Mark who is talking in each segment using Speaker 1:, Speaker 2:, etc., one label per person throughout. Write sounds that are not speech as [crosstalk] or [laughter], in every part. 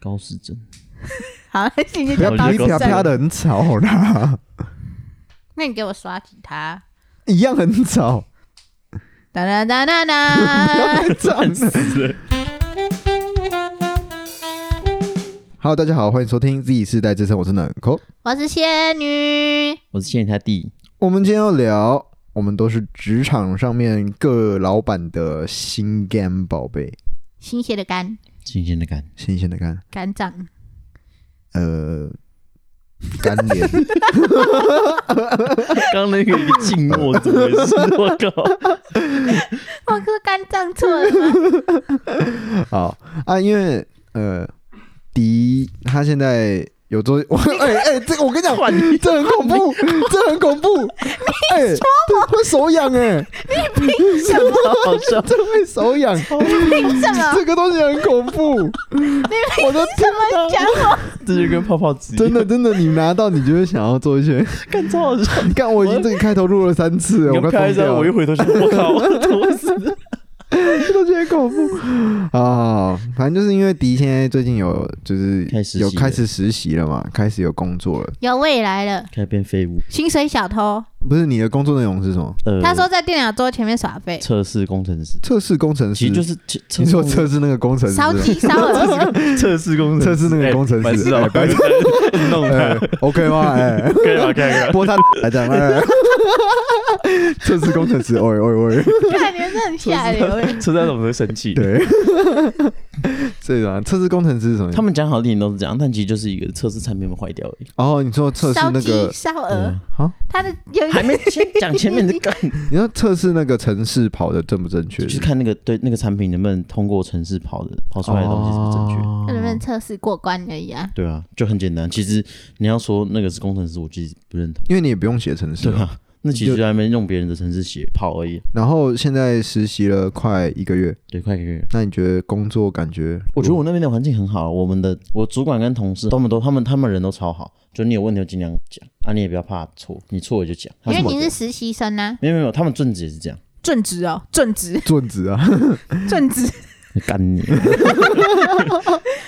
Speaker 1: 高市
Speaker 2: [laughs]
Speaker 1: 政，
Speaker 3: 好， [laughs] 那
Speaker 1: 不
Speaker 3: 你就
Speaker 1: 要
Speaker 3: 叫高
Speaker 1: 噼
Speaker 3: 市
Speaker 1: 里
Speaker 3: 政
Speaker 1: 啪
Speaker 2: 啪的很吵啦， [laughs]
Speaker 3: 那你给我刷吉他，
Speaker 2: 一样很吵，
Speaker 3: 哒哒哒哒
Speaker 2: 不要
Speaker 3: [laughs] 哒。
Speaker 2: 再唱了。
Speaker 1: 是
Speaker 2: Hello，大家好，欢迎收听 Z 世代之声，我是冷扣。
Speaker 3: 我是仙女，
Speaker 1: [laughs] 我是欠他弟，
Speaker 2: 我们今天要聊，我们都是职场上面各老板的心肝宝贝，
Speaker 3: 新鲜的肝
Speaker 1: 新鲜的
Speaker 2: [laughs]
Speaker 1: 干，
Speaker 2: 新鲜的肝，
Speaker 3: 肝 [laughs] 脏，
Speaker 2: 呃，干脸，
Speaker 1: 刚那个一个静默，怎么回
Speaker 2: [laughs]
Speaker 1: 事？我靠，
Speaker 3: 我哥肝脏错了 [laughs] 吗，
Speaker 2: 好啊，因为呃，迪他现在有做，我哎哎，这个我跟你讲，
Speaker 1: 换你
Speaker 2: 这很恐怖，这很恐怖，哎，这会手痒哎，你凭什么？
Speaker 1: 好笑，
Speaker 2: 这会手痒，
Speaker 3: 凭什么？
Speaker 2: 这个东西很恐怖，我的天哪！
Speaker 3: 讲我
Speaker 1: [laughs] 这就跟泡泡纸一样
Speaker 2: 真的，真的，你拿到你就会想要做一些。
Speaker 1: 干超好笑。
Speaker 2: 你看，我已经这个开头录了三次了，
Speaker 1: 你
Speaker 2: 我
Speaker 1: 刚
Speaker 2: 快
Speaker 1: 开
Speaker 2: 疯
Speaker 1: 始，
Speaker 2: 掉
Speaker 1: 我一
Speaker 2: 了，
Speaker 1: 回头想，我
Speaker 2: [laughs]
Speaker 1: 靠，我怎么死？
Speaker 2: 这都觉得恐怖啊！反正就是因为迪现在最近有就是
Speaker 1: 开始
Speaker 2: 有
Speaker 1: 习
Speaker 2: 开
Speaker 1: 了
Speaker 2: 始实习了嘛，开始有工作了。
Speaker 3: 有未来了，
Speaker 1: 开始变废物。
Speaker 3: 薪水小偷，
Speaker 2: 不是你的工作内容是什么？
Speaker 1: 呃，
Speaker 3: 他说在电脑桌前面耍废，
Speaker 1: 测试工程师，
Speaker 2: 测试工程师，
Speaker 1: 其实就是测
Speaker 2: 你说
Speaker 1: 测
Speaker 2: 测试那个工程师
Speaker 3: 烧
Speaker 1: [laughs]
Speaker 3: 鸡烧 [laughs] 鹅，
Speaker 1: 测试工程师，
Speaker 2: 测试那个工程师
Speaker 1: 哎白痴哦
Speaker 2: 哎白痴
Speaker 1: 弄他，
Speaker 2: 哎，OK 吗？哎，
Speaker 1: 可以吧？可以吧？
Speaker 2: 播他 [laughs] 来讲，哎，测试工
Speaker 3: [laughs]
Speaker 2: 程师，喂喂喂，
Speaker 3: 感觉真的很吓人。
Speaker 1: 车站总会生气。
Speaker 2: 对，这个啊测试工程师是什么意思？
Speaker 1: 他们讲好听都是这样，但其实就是一个测试产品坏掉而已。
Speaker 2: 哦，你说测试
Speaker 3: 烧
Speaker 2: 那
Speaker 3: 鸡
Speaker 2: 个
Speaker 3: 烧鹅，
Speaker 2: 啊？
Speaker 3: 他的有一
Speaker 1: 嗯还
Speaker 3: 个
Speaker 1: 没先讲前 [laughs] 面的干，
Speaker 2: 你要测试那个城市跑的正不正确？
Speaker 1: 就是看那个对那个产品能不能通过城市跑的跑出来的东西是不是正确。
Speaker 2: 哦
Speaker 3: 能不能测试过关而已啊？
Speaker 1: 对啊，就很简单。其实你要说那个是工程师，我其实不认同。
Speaker 2: 因为你也不用写城市
Speaker 1: 对
Speaker 2: 嘛。
Speaker 1: 啊， [laughs] 那其实在那边用别人的城市写跑而已。
Speaker 2: 然后现在实习了快一个月，
Speaker 1: 对，快一个月。
Speaker 2: 那你觉得工作感觉？
Speaker 1: 我觉得我那边的环境很好，我们的我主管跟同事他们都他们他们人都超好，就你有问题就尽量讲啊，你也不要怕错，你错了就讲。
Speaker 3: 因为
Speaker 1: 他们
Speaker 3: 你是实习生啊，
Speaker 1: 没有没有没有，他们正职也是这样，
Speaker 3: 正职哦，正职
Speaker 2: 准子啊，
Speaker 3: 正职，
Speaker 1: 干你。 [laughs]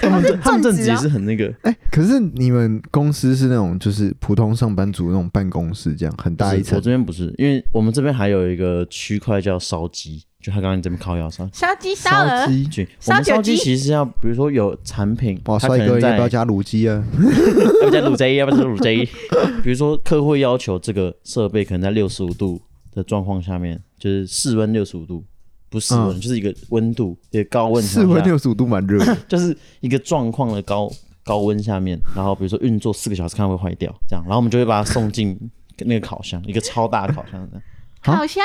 Speaker 1: 他
Speaker 3: 哦
Speaker 1: 们正他们正职也
Speaker 3: [laughs]
Speaker 1: 是很那个，
Speaker 2: 哎、可是你们公司是那种就是普通上班族那种办公室，这样很大一
Speaker 1: 不是
Speaker 2: 层
Speaker 1: 我这边不是，因为我们这边还有一个区块叫烧鸡，就他刚刚你这边靠腰上。
Speaker 3: 烧鸡烧鹅，
Speaker 2: 鸡。
Speaker 1: 去，我
Speaker 3: 烧
Speaker 1: 们烧
Speaker 3: 酒
Speaker 1: 鸡
Speaker 3: 鸡
Speaker 1: 其实是要，比如说有产品，
Speaker 2: 哇，
Speaker 1: 他
Speaker 2: 帅
Speaker 1: 可
Speaker 2: 哥
Speaker 1: 能
Speaker 2: 要
Speaker 1: 在
Speaker 2: 不要加卤鸡啊？
Speaker 1: 要不然卤 J，要不 [laughs] 然卤 J。比如说客户要求这个设备可能在六十五度的状况下面，就是室温六十五度，不是室温、就是一个温度，一个高温情
Speaker 2: 嗯室
Speaker 1: 况
Speaker 2: 温
Speaker 1: 下，
Speaker 2: 六十五度蛮热的，
Speaker 1: [laughs] 就是一个状况的高高温下面，然后比如说运作四个小时看会不会坏掉，这样，然后我们就会把它送进那个烤箱，一个超大的烤箱这样
Speaker 2: 啊
Speaker 3: 烤箱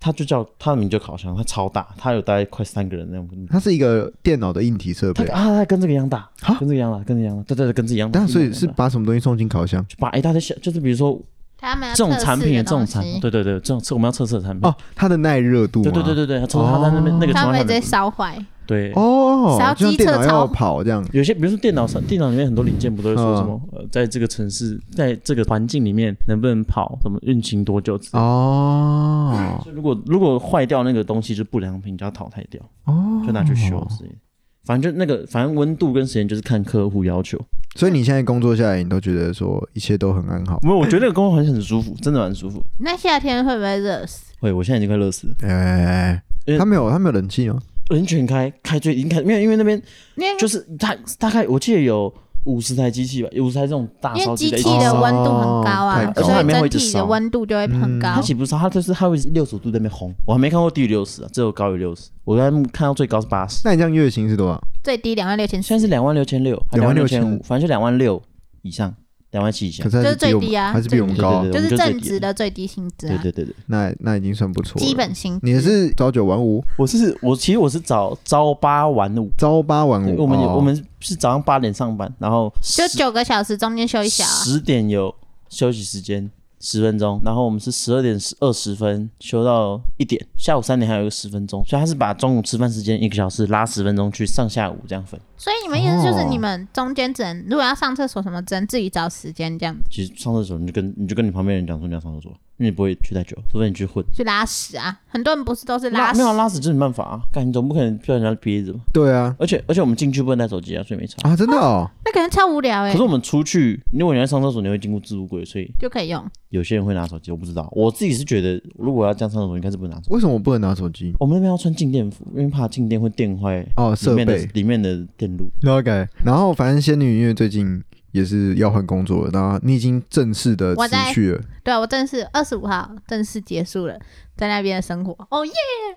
Speaker 1: 它就叫它的名就烤箱，它超大，它有大概快三个人那种。
Speaker 2: 它是一个电脑的硬体设
Speaker 1: 它
Speaker 2: 备。
Speaker 1: 啊，它跟这个一样大
Speaker 2: 啊，
Speaker 1: 跟这个一样大，跟这个一样大，对对对，跟这个一样大。
Speaker 2: 但所以
Speaker 1: 一模一样
Speaker 2: 是
Speaker 1: 大
Speaker 2: 把什么东西送进烤箱？
Speaker 1: 就把一哎大堆小，就是比如说
Speaker 3: 他们要
Speaker 1: 这种
Speaker 3: 测试
Speaker 1: 产品
Speaker 3: 的
Speaker 1: 这种
Speaker 3: 东
Speaker 1: 产
Speaker 3: 西
Speaker 1: 品，对对对，这种测我们要测试的产品。
Speaker 2: 哦，它的耐热度吗？啊
Speaker 1: 对对对对对，从它在那边那个
Speaker 3: 他
Speaker 1: 窗
Speaker 3: 们
Speaker 1: 上
Speaker 3: 直接
Speaker 1: 面，
Speaker 3: 烧坏，
Speaker 1: 对，
Speaker 2: 哦，
Speaker 3: 烧
Speaker 2: 就像
Speaker 3: 鸡
Speaker 2: 电
Speaker 3: 特
Speaker 2: 脑
Speaker 3: 操
Speaker 2: 要跑这样。
Speaker 1: 有些比如说电脑上，电脑里面很多零件不都会说
Speaker 2: 嗯
Speaker 1: 什么呃，在这个城市，在这个环境里面能不能跑，什么运行多久之类的。
Speaker 2: 哦，
Speaker 1: 就如果如果坏掉那个东西，就不良品就要淘汰掉，哦，就拿去修之类的。反正就那个，反正温度跟时间就是看客户要求。
Speaker 2: 所以你现在工作下来，你都觉得说一切都很安好。
Speaker 1: [laughs] 没有，我觉得那个工作环境很舒服，真的蛮舒服。
Speaker 3: 那夏天会不会热死？
Speaker 1: 会，我现在已经快热死了。
Speaker 2: 哎、
Speaker 1: 嗯因为
Speaker 2: 他没有，他没有冷气哦吗？
Speaker 1: 人全开，开最已经开，没有，因为那边
Speaker 3: 因为
Speaker 1: 就是大大概我记得有五十台机器吧，有五十台这种大
Speaker 3: 因
Speaker 1: 烧
Speaker 3: 为机
Speaker 1: 在一
Speaker 3: 器
Speaker 1: 起
Speaker 3: 的
Speaker 1: 烧。
Speaker 3: 温度很高
Speaker 2: 哦太
Speaker 3: 啊，
Speaker 2: 高了
Speaker 3: 所以
Speaker 1: 它里面会
Speaker 3: 整
Speaker 1: 一直
Speaker 3: 体
Speaker 1: 烧嗯
Speaker 3: 的温度就会很高
Speaker 1: 它。岂不是它就是它会六十度在那边红，我还没看过低于六十啊，只有高于六十。我刚才看到最高是八十，
Speaker 2: 那你这样月薪是多少？
Speaker 3: 最低两万六千
Speaker 1: 现在是两万六千六，两万六千五，反正就两万六以上，两万七以下
Speaker 2: 可。是还
Speaker 3: 就是
Speaker 2: 比
Speaker 3: 最
Speaker 2: 我
Speaker 3: 低
Speaker 2: 们、
Speaker 3: 啊
Speaker 2: 还是比我们
Speaker 1: 最低
Speaker 2: 高啊、
Speaker 1: 对
Speaker 3: 就
Speaker 1: 我们
Speaker 3: 是
Speaker 1: 就最
Speaker 3: 正
Speaker 1: 低
Speaker 3: 职的最低薪资
Speaker 1: 对
Speaker 3: 啊，
Speaker 1: 对对对，
Speaker 2: 那那已经算不错了。
Speaker 3: 基本薪资。
Speaker 2: 你是早九晚五，
Speaker 1: 我是我其实我是早朝八晚五，
Speaker 2: 朝八晚
Speaker 1: 对
Speaker 2: 五。
Speaker 1: 我们有
Speaker 2: 哦
Speaker 1: 我们是早上八点上班，然后
Speaker 3: 就
Speaker 1: 十
Speaker 3: 九个小时中间休一小啊，
Speaker 1: 十点有休息时间十分钟，然后我们是十二点十二十分休到一点，下午三点还有一个十分钟，所以他是把中午吃饭时间一个小时拉十分钟去上下午这样分，
Speaker 3: 所以你们意思就是
Speaker 2: 哦
Speaker 3: 你们中间只能如果要上厕所什么，只能自己找时间这样子。
Speaker 1: 其实上厕所你就跟你就跟你旁边人讲说你要上厕所，因为你不会去太久，除非你去混。
Speaker 3: 去拉屎啊！很多人不是都是
Speaker 1: 拉
Speaker 3: 拉
Speaker 1: 没
Speaker 3: 屎
Speaker 1: 有啊拉屎真的没办法啊，干你总不可能叫人家憋着嘛。
Speaker 2: 对啊，
Speaker 1: 而且而且我们进去不能带手机啊，所以没差。
Speaker 2: 啊，真的哦，
Speaker 3: 那感觉超无聊哎、
Speaker 1: 可是我们出去，如果你要上厕所，你会经过置物柜，所以
Speaker 3: 就可以用。
Speaker 1: 有些人会拿手机，我不知道。我自己是觉得，如果要这样上厕所，应该是不能拿手机。
Speaker 2: 为什么我不能拿手机？
Speaker 1: 我们那边要穿静电服，因为怕静电会电坏
Speaker 2: 哦，
Speaker 1: 里
Speaker 2: 设
Speaker 1: 面的
Speaker 2: 备
Speaker 1: 里面的电路。
Speaker 2: OK。然后反正仙女因为最近也是要换工作了，然后你已经正式的
Speaker 3: 我
Speaker 2: 辞
Speaker 3: 在
Speaker 2: 去了，
Speaker 3: 对啊我正式二十五号正式结束了在那边的生活。哦耶，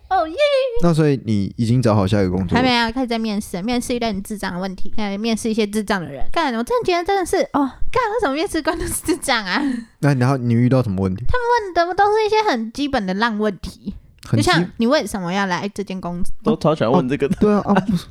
Speaker 3: 哦耶！
Speaker 2: 那所以你已经找好下一个工作
Speaker 3: 还
Speaker 2: 了
Speaker 3: 没有开始在面试，面试一堆很智障的问题，还有面试一些智障的人。干，我真的觉得真的是哦，干为什么面试官都是智障啊？ [laughs]
Speaker 2: 那然后你遇到什么问题？
Speaker 3: 问的都是一些很基本的烂问题，
Speaker 2: 很
Speaker 3: 就
Speaker 2: 奇
Speaker 3: 像你为什么要来这间公司？
Speaker 1: 都超喜欢问这个的，
Speaker 2: 对啊啊，不是，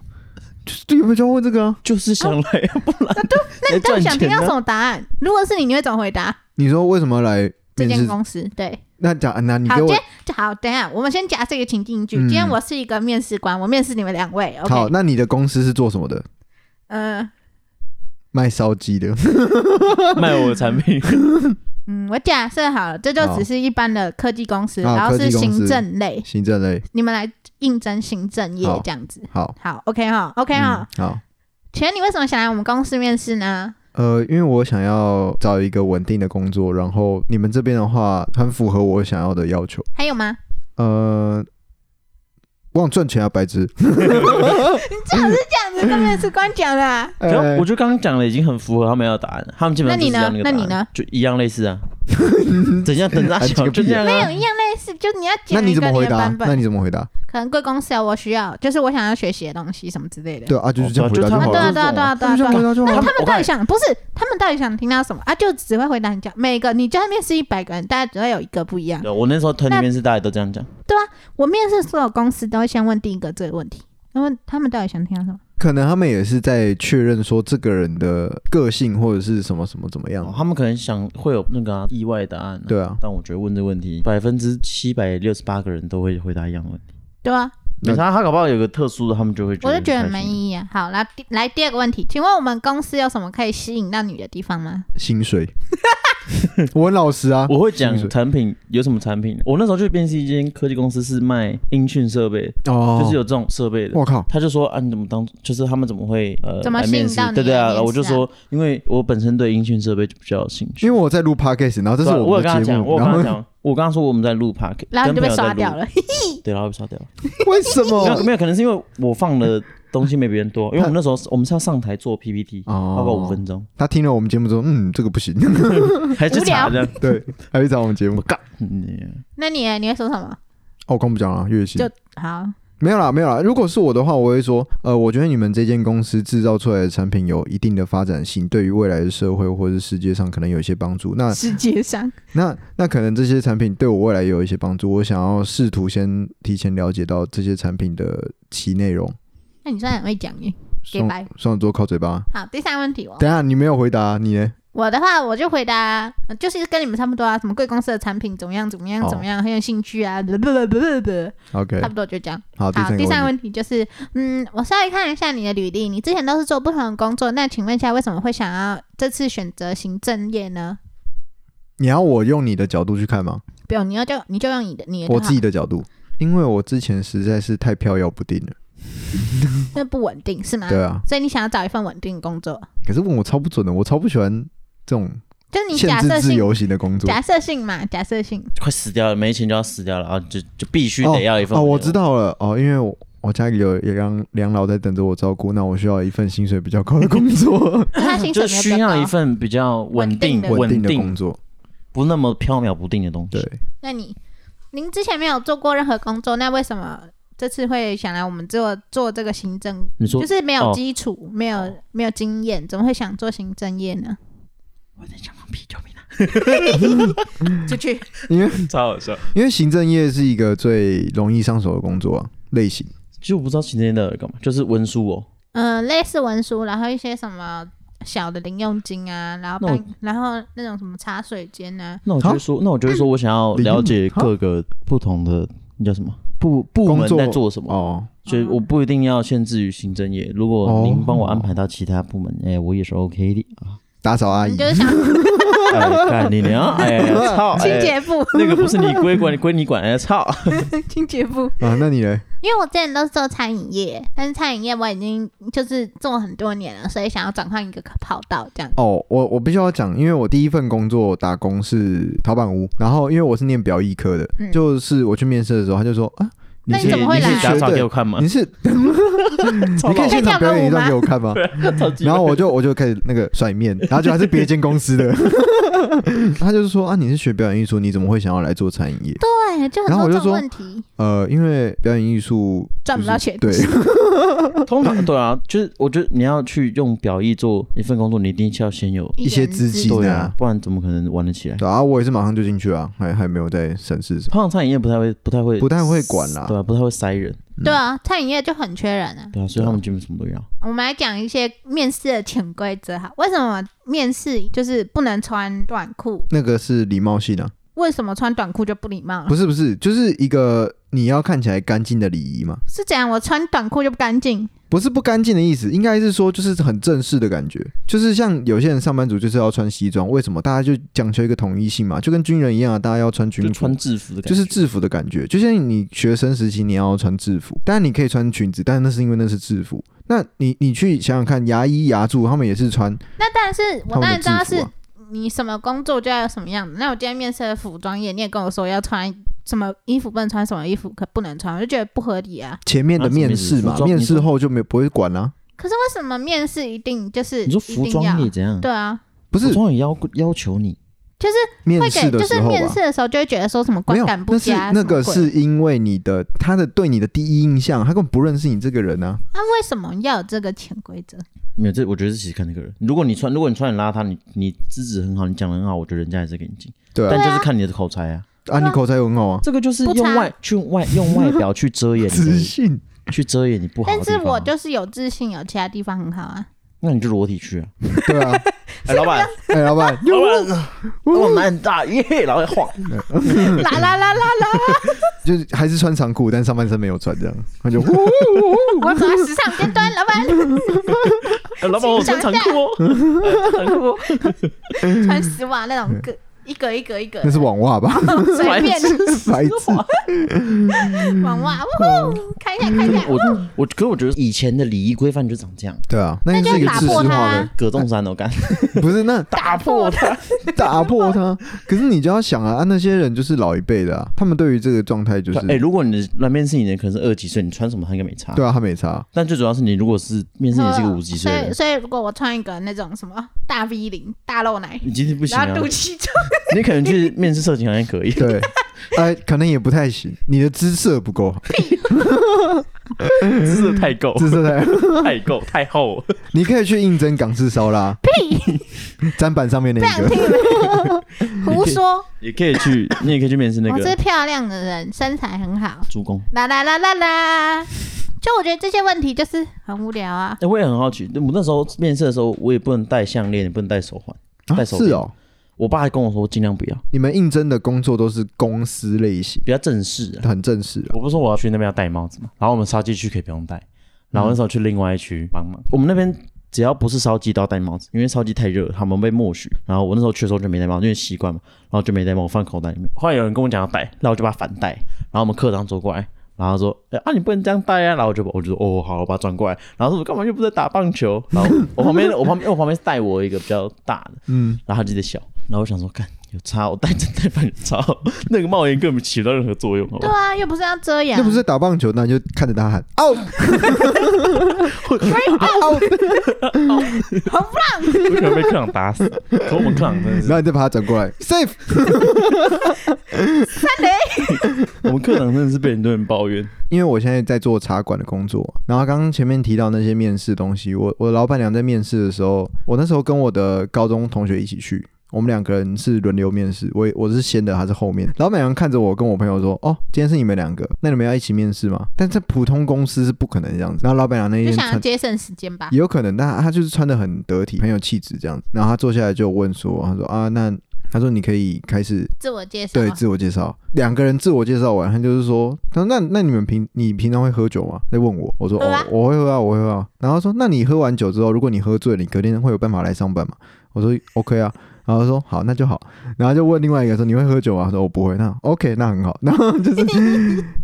Speaker 2: 就是就有没有就要问这个啊？
Speaker 1: 哦就是想来，不然
Speaker 3: [laughs] [laughs] 那你到底想听到
Speaker 1: 呢
Speaker 3: 什么答案？如果是你，你会怎么回答？
Speaker 2: 你说为什么要来
Speaker 3: 这
Speaker 2: 面
Speaker 3: 间
Speaker 2: 试？
Speaker 3: 公司对，
Speaker 2: 那假那你
Speaker 3: 好，
Speaker 2: 给
Speaker 3: 今
Speaker 2: 我
Speaker 3: 天好，等一下，我们先假设一个情境剧。
Speaker 2: 嗯
Speaker 3: 今天我是一个面试官，我面试你们两位
Speaker 2: 好，
Speaker 3: ，OK？
Speaker 2: 那你的公司是做什么的？
Speaker 3: 嗯
Speaker 2: 卖烧鸡的。 [laughs]
Speaker 1: [laughs] 卖我的产品，
Speaker 3: 嗯，我假设好了，这就
Speaker 2: 好
Speaker 3: 只是一般的科技公司，
Speaker 2: 啊
Speaker 3: 然后
Speaker 2: 科技
Speaker 3: 是
Speaker 2: 公司
Speaker 3: 行政类，
Speaker 2: 行政类。
Speaker 3: 你们来应征行政业
Speaker 2: 好
Speaker 3: 这样子。
Speaker 2: 好，
Speaker 3: 好，OK 哈，OK 哈
Speaker 2: 嗯。，好，
Speaker 3: 请问你为什么想来我们公司面试呢？
Speaker 2: 呃，因为我想要找一个稳定的工作，然后你们这边的话很符合我想要的要求。
Speaker 3: 还有吗？
Speaker 2: 呃，忘赚钱啊，白痴。
Speaker 3: 这样子跟面试官讲
Speaker 2: [laughs]
Speaker 3: 啦。
Speaker 1: 可是
Speaker 2: 呃
Speaker 1: 我觉得刚刚讲的已经很符合他们要的答案了，他们基本上
Speaker 3: 那你
Speaker 1: 就是
Speaker 3: 呢
Speaker 1: 要那个答案
Speaker 3: 那你呢？
Speaker 1: 就一样类似
Speaker 2: [laughs]
Speaker 1: 啊，怎样等大
Speaker 2: 还几
Speaker 1: 小
Speaker 2: 个
Speaker 1: 就
Speaker 2: 屁
Speaker 1: 这样
Speaker 3: 没有
Speaker 1: 啊，
Speaker 3: 一样类似，就你要
Speaker 2: 那
Speaker 3: 讲
Speaker 2: 你
Speaker 3: 一
Speaker 2: 怎
Speaker 3: 个
Speaker 2: 么
Speaker 3: 你
Speaker 2: 回
Speaker 3: 的
Speaker 2: 答
Speaker 3: 版？
Speaker 2: 那
Speaker 3: 本，
Speaker 2: 你怎么回答？
Speaker 3: 可能贵公司啊，我需要，就是我想要学习的东西什么之类的。
Speaker 2: 对啊，就是这样
Speaker 1: 哦
Speaker 2: 回答
Speaker 1: 就
Speaker 2: 就
Speaker 1: 他们
Speaker 3: 啊，
Speaker 2: 好
Speaker 3: 对啊，
Speaker 2: 了。
Speaker 3: 对啊，对啊，对啊，
Speaker 2: 就这
Speaker 3: 对啊
Speaker 2: 样回答就好
Speaker 1: 那
Speaker 3: 他
Speaker 2: 了。
Speaker 3: 们
Speaker 1: 我
Speaker 3: 到
Speaker 1: 看
Speaker 3: 底想不是？他们到底想听到什么啊？就只会回答你讲每个，你就算面试一百个人，大家只会有一个不一样。
Speaker 1: 对我那时候团里面是大家都这样讲，
Speaker 3: 我面试所有公司都会先问第一个这个问题，然后他们到底想听到什么？
Speaker 2: 可能他们也是在确认说这个人的个性或者是什么什么怎么样
Speaker 1: 哦。他们可能想会有那个啊意外答案啊，
Speaker 2: 对啊，
Speaker 1: 但我觉得问这个问题，百分之七百六十八个人都会回答一样的问题。
Speaker 3: 对啊，
Speaker 2: 那
Speaker 1: 没啥，他搞不好有个特殊的，他们就会觉得
Speaker 3: 我就觉得
Speaker 1: 很
Speaker 3: 很
Speaker 1: 开
Speaker 3: 没
Speaker 1: 心
Speaker 3: 意义啊。好，来第来第二个问题，请问我们公司有什么可以吸引到你的地方吗？
Speaker 2: 薪水， [laughs] 我很老实 [laughs] 啊。
Speaker 1: 我会
Speaker 2: 薪水
Speaker 1: 讲产品有什么产品，我那时候去面试一间科技公司，是卖音讯设备，
Speaker 2: 哦，
Speaker 1: 就是有这种设备的。
Speaker 2: 我靠，
Speaker 1: 他就说啊，你怎么当？就是他们怎么会呃
Speaker 3: 怎么
Speaker 1: 来
Speaker 3: 吸
Speaker 1: 面
Speaker 3: 引
Speaker 1: 试
Speaker 3: 到？你
Speaker 1: 对对
Speaker 3: 来
Speaker 1: 啊，
Speaker 3: 面
Speaker 1: 我就
Speaker 3: 试啊
Speaker 1: 说，因为我本身对音讯设备就比较有兴趣。
Speaker 2: 因为我在录 podcast，然后
Speaker 1: 对
Speaker 2: 这是
Speaker 1: 啊我
Speaker 2: 我
Speaker 1: 有跟他
Speaker 2: 们的节
Speaker 1: 讲，
Speaker 2: 目，
Speaker 1: 我有
Speaker 2: 然
Speaker 1: 跟他
Speaker 2: 后
Speaker 1: 讲，我刚刚说我们在录 park，
Speaker 3: 然后你就
Speaker 1: 跟
Speaker 3: 被
Speaker 1: 朋友在
Speaker 3: 刷
Speaker 1: 录
Speaker 3: 掉了。 [laughs]
Speaker 1: 对，然后被刷掉了。
Speaker 2: [laughs] 为
Speaker 1: [laughs]
Speaker 2: 什
Speaker 1: 没有
Speaker 2: 么？
Speaker 1: 没有，可能是因为我放的东西没别人多，因为我们
Speaker 2: [laughs]
Speaker 1: 那时候是我们是要上台做 PPT，
Speaker 2: 哦
Speaker 1: 大概五分钟，
Speaker 2: 他听了我们节目之后，嗯，这个不行，
Speaker 3: 嗯
Speaker 1: 还是查的。
Speaker 2: [laughs]
Speaker 1: 嗯
Speaker 2: 对，还去找我们节目哦
Speaker 1: 我。干你！
Speaker 3: 那你呢你会说什么？
Speaker 2: 哦，我刚不讲了，月薪
Speaker 3: 就好，
Speaker 2: 没有啦，没有啦。如果是我的话，我会说，呃，我觉得你们这间公司制造出来的产品有一定的发展性，对于未来的社会或者是世界上可能有一些帮助。
Speaker 1: 嗯
Speaker 2: 那
Speaker 3: 世界上
Speaker 2: 那那可能这些产品对我未来有一些帮助，我想要试图先提前了解到这些产品的其内容。
Speaker 3: [laughs] 那你算很会讲耶，给
Speaker 2: 双
Speaker 3: 白。
Speaker 2: 双子座靠嘴巴。
Speaker 3: 好，第三个问题我
Speaker 2: 等一下你没有回答，你呢？
Speaker 3: 我的话我就回答，呃就是跟你们差不多啊，什么贵公司的产品怎么样怎么样
Speaker 2: 哦
Speaker 3: 怎么样，很有兴趣啊，不不不不不，
Speaker 2: OK，
Speaker 3: 差不多就这样。
Speaker 2: 好，第
Speaker 3: 好，
Speaker 2: 三
Speaker 3: 第
Speaker 2: 个
Speaker 3: 三个
Speaker 2: 问题，
Speaker 3: 问题就是，嗯，我稍微看一下你的履历，你之前都是做不同的工作，那请问一下为什么会想要这次选择行政业呢？
Speaker 2: 你要我用你的角度去看吗？
Speaker 3: 不用，你要就你就用你的你的就
Speaker 2: 我
Speaker 3: 好，
Speaker 2: 自己的角度，因为我之前实在是太飘摇不定了。
Speaker 3: 那不稳定是吗？
Speaker 2: 对啊，
Speaker 3: 所以你想要找一份稳定的工作，
Speaker 2: 可是问我超不准的，我超不喜欢这种
Speaker 3: 就是你
Speaker 2: 限
Speaker 3: 假
Speaker 2: 制
Speaker 3: 设
Speaker 2: 自
Speaker 3: 性
Speaker 2: 由型的工作。
Speaker 3: 假设性嘛，假设性。，
Speaker 1: 快死掉了，没钱就要死掉了，然后就就必须得要一份。
Speaker 2: 哦，我知，道了，哦，因为我我家里有养两老在等着我照顾，那我需要一份薪水比较高的工作
Speaker 3: 他薪
Speaker 1: 就
Speaker 3: 水没有
Speaker 1: 需
Speaker 3: 比较
Speaker 1: 要一
Speaker 3: 高
Speaker 1: 份比较 [laughs] 稳定、
Speaker 2: 稳定
Speaker 1: 稳
Speaker 2: 的工
Speaker 1: 定、
Speaker 2: 作。
Speaker 1: 不那么飘渺不定的东西。
Speaker 2: 对，
Speaker 3: 那你，您之前没有做过任何工作，那为什么这次会想来我们做做这个行政？
Speaker 1: 你说
Speaker 3: 就是没有
Speaker 1: 哦
Speaker 3: 基础、没有
Speaker 2: 哦
Speaker 3: 没有经验，怎么会想做行政业呢？
Speaker 1: 我在想放屁，救命啊！
Speaker 2: 啊
Speaker 3: [laughs] 出去，
Speaker 2: 因为
Speaker 1: 超好笑。
Speaker 2: 因为行政业是一个最容易上手的工作啊类型。
Speaker 1: 其实我不知道行政到底干嘛，就是文书哦。
Speaker 3: 嗯、类似文书，然后一些什么小的零用金啊，然后
Speaker 2: 哦
Speaker 1: 那我
Speaker 3: 办，然后那种什么茶水间啊，
Speaker 1: 那我就会说，那我就会说我想要了解各个不同的那叫什么部部
Speaker 2: 工
Speaker 1: 门
Speaker 2: 作
Speaker 1: 在做什么，
Speaker 2: 哦，
Speaker 1: 所以我不一定要限制于行政业。如果
Speaker 2: 哦
Speaker 1: 您帮我安排到其他部门，哎，我也是 OK 的啊。
Speaker 2: 打扫阿
Speaker 3: 你
Speaker 2: 姨
Speaker 3: 就是想，
Speaker 2: [laughs]
Speaker 1: 哎干你娘！哎呀，操！
Speaker 3: 清
Speaker 1: 哎，
Speaker 3: 洁部，
Speaker 1: 那个不是你归管，归你管。哎，操！
Speaker 3: [laughs] 清洁部。
Speaker 2: 啊，那你嘞？
Speaker 3: 因为我之前都是做餐饮业，但是餐饮业我已经就是做很多年了，所以想要转换一个跑道这样。
Speaker 2: 哦，我我必须要讲，因为我第一份工作打工是陶板屋，然后因为我是念表艺科的，
Speaker 3: 嗯
Speaker 2: 就是我去面试的时候，他就说啊，
Speaker 3: 那
Speaker 2: 是
Speaker 3: 你怎么会
Speaker 1: 你
Speaker 3: 来啊
Speaker 1: 可以打
Speaker 2: 学
Speaker 1: 扫给我
Speaker 2: 对，
Speaker 1: 看吗
Speaker 2: 你？ [laughs] 是
Speaker 1: 操
Speaker 2: 你可以现场表演一段给我看 [laughs] 吗？
Speaker 1: [laughs] 超级
Speaker 2: 然后我就我就开始那个甩面，然后就还是别间公司 [laughs] 的，他就是说啊，你是学表演艺术，你怎么会想要来做餐饮业？
Speaker 3: 对，就很
Speaker 2: 然后
Speaker 3: 多
Speaker 2: 我就
Speaker 3: 这种
Speaker 2: 说
Speaker 3: 问题，
Speaker 2: 呃，因为表演艺术
Speaker 3: 赚不到钱
Speaker 2: 就是对，
Speaker 1: 通 [laughs] 常对啊，就是我觉得你要去用表意做一份工作，你一定是要先有
Speaker 2: 一些
Speaker 3: 言
Speaker 2: 资
Speaker 3: 之
Speaker 2: 金
Speaker 1: 对
Speaker 2: 啊
Speaker 1: 啊，不然怎么可能玩得起来？
Speaker 2: [laughs] 对啊，我也是马上就进去啊，还还没有在审视什么，
Speaker 1: 通常餐饮业不太会，不太会，
Speaker 2: 不太会管啦。
Speaker 1: 对啊，不太会塞人，
Speaker 3: 对啊，餐饮业就很缺人啊。
Speaker 1: 对啊，所以他们基本什么都要。
Speaker 3: 我们来讲一些面试的潜规则哈，为什么面试就是不能穿短裤？
Speaker 2: 那个是礼貌性啊，
Speaker 3: 为什么穿短裤就不礼貌？
Speaker 2: 不是不是，就是一个你要看起来干净的礼仪嘛，
Speaker 3: 是怎样？我穿短裤就不干净？
Speaker 2: 不是不干净的意思，应该是说就是很正式的感觉，就是像有些人上班族就是要穿西装，为什么？大家就讲求一个统一性嘛，就跟军人一样啊，大家要穿军
Speaker 1: 就
Speaker 2: 服，
Speaker 1: 穿制服的感觉，
Speaker 2: 就是制服的感觉，就像你学生时期你要穿制服，当然你可以穿裙子，但那是因为那是制服。那你你去想想看，牙医牙柱他们也是穿
Speaker 3: 那当然是我当
Speaker 2: 他
Speaker 3: 然
Speaker 2: 们的
Speaker 3: 知道
Speaker 2: 制服
Speaker 3: 是
Speaker 2: 啊。
Speaker 3: 你什么工作就要有什么样子。那我今天面试的服装业，你也跟我说要穿什么衣服不能穿，什么衣服可不能穿，我就觉得不合理啊。
Speaker 2: 前面的
Speaker 1: 啊什么
Speaker 2: 面
Speaker 1: 意思
Speaker 2: 试嘛
Speaker 1: 服，装
Speaker 2: 面试
Speaker 1: 你说
Speaker 2: 后就没有不会管啊啦、
Speaker 3: 可是为什么面试一定就是
Speaker 1: 你说
Speaker 3: 一
Speaker 1: 服
Speaker 3: 定要
Speaker 1: 装业怎样？
Speaker 3: 对啊，
Speaker 2: 不
Speaker 1: 服
Speaker 2: 是
Speaker 1: 装也要要求你，
Speaker 3: 就是
Speaker 2: 面
Speaker 3: 会
Speaker 2: 试
Speaker 3: 给
Speaker 2: 的
Speaker 3: 就是
Speaker 2: 时候
Speaker 3: 面
Speaker 2: 吧
Speaker 3: 试？的时候就会觉得说什么
Speaker 2: 没
Speaker 3: 观
Speaker 2: 有，
Speaker 3: 感
Speaker 2: 那
Speaker 3: 不
Speaker 2: 是
Speaker 3: 佳，
Speaker 2: 那个
Speaker 3: 什么
Speaker 2: 是
Speaker 3: 鬼
Speaker 2: 因为你的他的对你的第一印象，他根本不认识你这个人啊。
Speaker 3: 那为什么要有这个潜规则？
Speaker 1: 没有这，我觉得是其实看那个人。如果你穿，如果你穿很邋遢，你你资质很好，你讲的很好，我觉得人家还是给你进，
Speaker 2: 对
Speaker 1: 但
Speaker 2: 啊，
Speaker 1: 就是看你的口才啊。
Speaker 2: 啊你口才有很好啊，
Speaker 1: 这个就是
Speaker 3: 不差
Speaker 1: 用外去外用外表去遮掩
Speaker 2: 自
Speaker 1: [laughs] 你，
Speaker 2: 信。
Speaker 1: 去遮掩你不好的
Speaker 3: 但
Speaker 1: 地方
Speaker 3: 是
Speaker 1: 啊。
Speaker 3: 我就是有自信，有其他地方很好啊。 [laughs]
Speaker 1: 那你就裸体去啊！
Speaker 2: 对啊，
Speaker 1: 哎，老板，
Speaker 2: [laughs] 哎，老板，
Speaker 1: 老板，我奶很大耶，然后晃，
Speaker 3: 啦啦啦啦啦！
Speaker 2: 就是还是穿长裤，但上半身没有穿这样，他就 [laughs]
Speaker 3: 我走在时尚尖端，老板
Speaker 1: 哎老板，我穿长裤
Speaker 3: [laughs]
Speaker 1: 哦，
Speaker 3: 穿丝袜那
Speaker 1: 嗯
Speaker 3: 种个一格一格一格的，
Speaker 2: 那是网袜吧，
Speaker 3: 随便
Speaker 2: 白痴。
Speaker 3: [laughs] 网袜，呜呼，看一下看一下，
Speaker 1: 嗯我我，可是我觉得以前的礼仪规范就长这样，
Speaker 2: 对啊，那
Speaker 3: 那
Speaker 2: 就是一
Speaker 3: 就
Speaker 2: 个
Speaker 3: 打
Speaker 2: 知识
Speaker 3: 破它
Speaker 2: 化的
Speaker 3: 啊，
Speaker 1: 葛仲山哦，干，
Speaker 2: 不是那
Speaker 3: [laughs] 打破它。
Speaker 2: 打破它。可是你就要想啊，啊那些人就是老一辈的啊，他们对于这个状态就是，
Speaker 1: [laughs] 哎，如果你来面试你的人可能是二十几岁，你穿什么他应该没差。
Speaker 2: 对啊，他没差。
Speaker 1: 但最主要是你如果是面试你是个五十几岁的
Speaker 3: 所以 [laughs]
Speaker 1: 人，
Speaker 3: 所以如果我穿一个那种什么大 V 领、大露奶，
Speaker 1: 你今天不行
Speaker 3: 然
Speaker 1: 啊
Speaker 3: 后，肚脐就
Speaker 1: 你可能去面试色情好像可以。
Speaker 3: [laughs]
Speaker 2: 对，哎，可能也不太行，你的姿色不够好，
Speaker 1: 姿色太够，
Speaker 2: 姿色太，
Speaker 1: 太够，太厚。
Speaker 2: 你可以去应征港式烧腊，屁，砧板上面那
Speaker 3: 不想
Speaker 2: 个，
Speaker 3: 听你
Speaker 1: [laughs]
Speaker 3: 们胡说。
Speaker 1: 也可以去，你也可以去面试那
Speaker 3: 我是
Speaker 1: 个
Speaker 3: 漂亮的人，身材很好，
Speaker 1: 主攻。
Speaker 3: 啦啦啦啦啦。就我觉得这些问题就是很无聊啊。
Speaker 1: 哎，我也很好奇，我那时候面试的时候，我也不能戴项链，也不能戴手环。
Speaker 2: 啊
Speaker 1: 戴手
Speaker 2: 是
Speaker 1: 链
Speaker 2: 哦。
Speaker 1: 我爸还跟我说，尽量不要，
Speaker 2: 你们应征的工作都是公司类型，
Speaker 1: 比较正式啊。
Speaker 2: 很正式啊。
Speaker 1: 我不是说我要去那边要戴帽子嘛，然后我们烧鸡区可以不用戴，然后那时候去另外一区帮忙。我们那边只要不是烧鸡都要戴帽子，因为烧鸡太热，他们被默许。然后我那时候去的时候就没戴帽子，因为习惯嘛，然后就没戴帽，我放口袋里面。后来有人跟我讲要戴，那我就把它反戴。然后我们课长走过来，然后他说：“哎、啊，你不能这样戴啊！”然后我就我就说：“哦，好，我把它转过来。”然后他说：“干嘛又不是在打棒球？”然后我旁边我旁边我旁边是带我一个比较大的，
Speaker 2: 嗯，
Speaker 1: 然后他就在笑。然后我想说，看有差，我戴真戴半差， [laughs] 那个帽檐根本起不到任何作用，好吧
Speaker 3: 对？啊，又不是要遮掩，
Speaker 2: 又不是在打棒球，那你就看着他喊哦，
Speaker 1: 为什么被克朗打死？可我们克朗真的 [laughs]
Speaker 2: 然
Speaker 1: 是，
Speaker 2: 后你再把他转过来，safe。
Speaker 1: 我们克朗真的是被很多人抱怨。
Speaker 2: 因为我现在在做茶馆的工作，然后刚刚前面提到那些面试东西，我我老板娘在面试的时候，我那时候跟我的高中同学一起去，我们两个人是轮流面试，我我是先的，她是后面。老板娘看着我跟我朋友说：“哦，今天是你们两个，那你们要一起面试吗？”但在普通公司是不可能这样子。然后老板娘那一
Speaker 3: 就
Speaker 2: 天
Speaker 3: 想要
Speaker 2: 穿。
Speaker 3: 节省时间 [laughs] 吧。
Speaker 2: 也有可能，但她就是穿的很得体，很有气质这样子。然后她坐下来就问说：“她说啊，那她说你可以开始
Speaker 3: 自我介绍，
Speaker 2: 对，自我介绍，两个人自我介绍完，他就是说，他说那那你们平你平常会喝酒吗？在问我，我说
Speaker 3: 喝
Speaker 2: 哦
Speaker 3: 啊，
Speaker 2: 我会喝啊，我会喝啊。然后说，那你喝完酒之后，如果你喝醉了，你隔天会有办法来上班吗？我说 OK 啊。然后我说好，那就好。然后就问另外一个说你会喝酒吗？他说我不会。那 OK，那很好。然后就是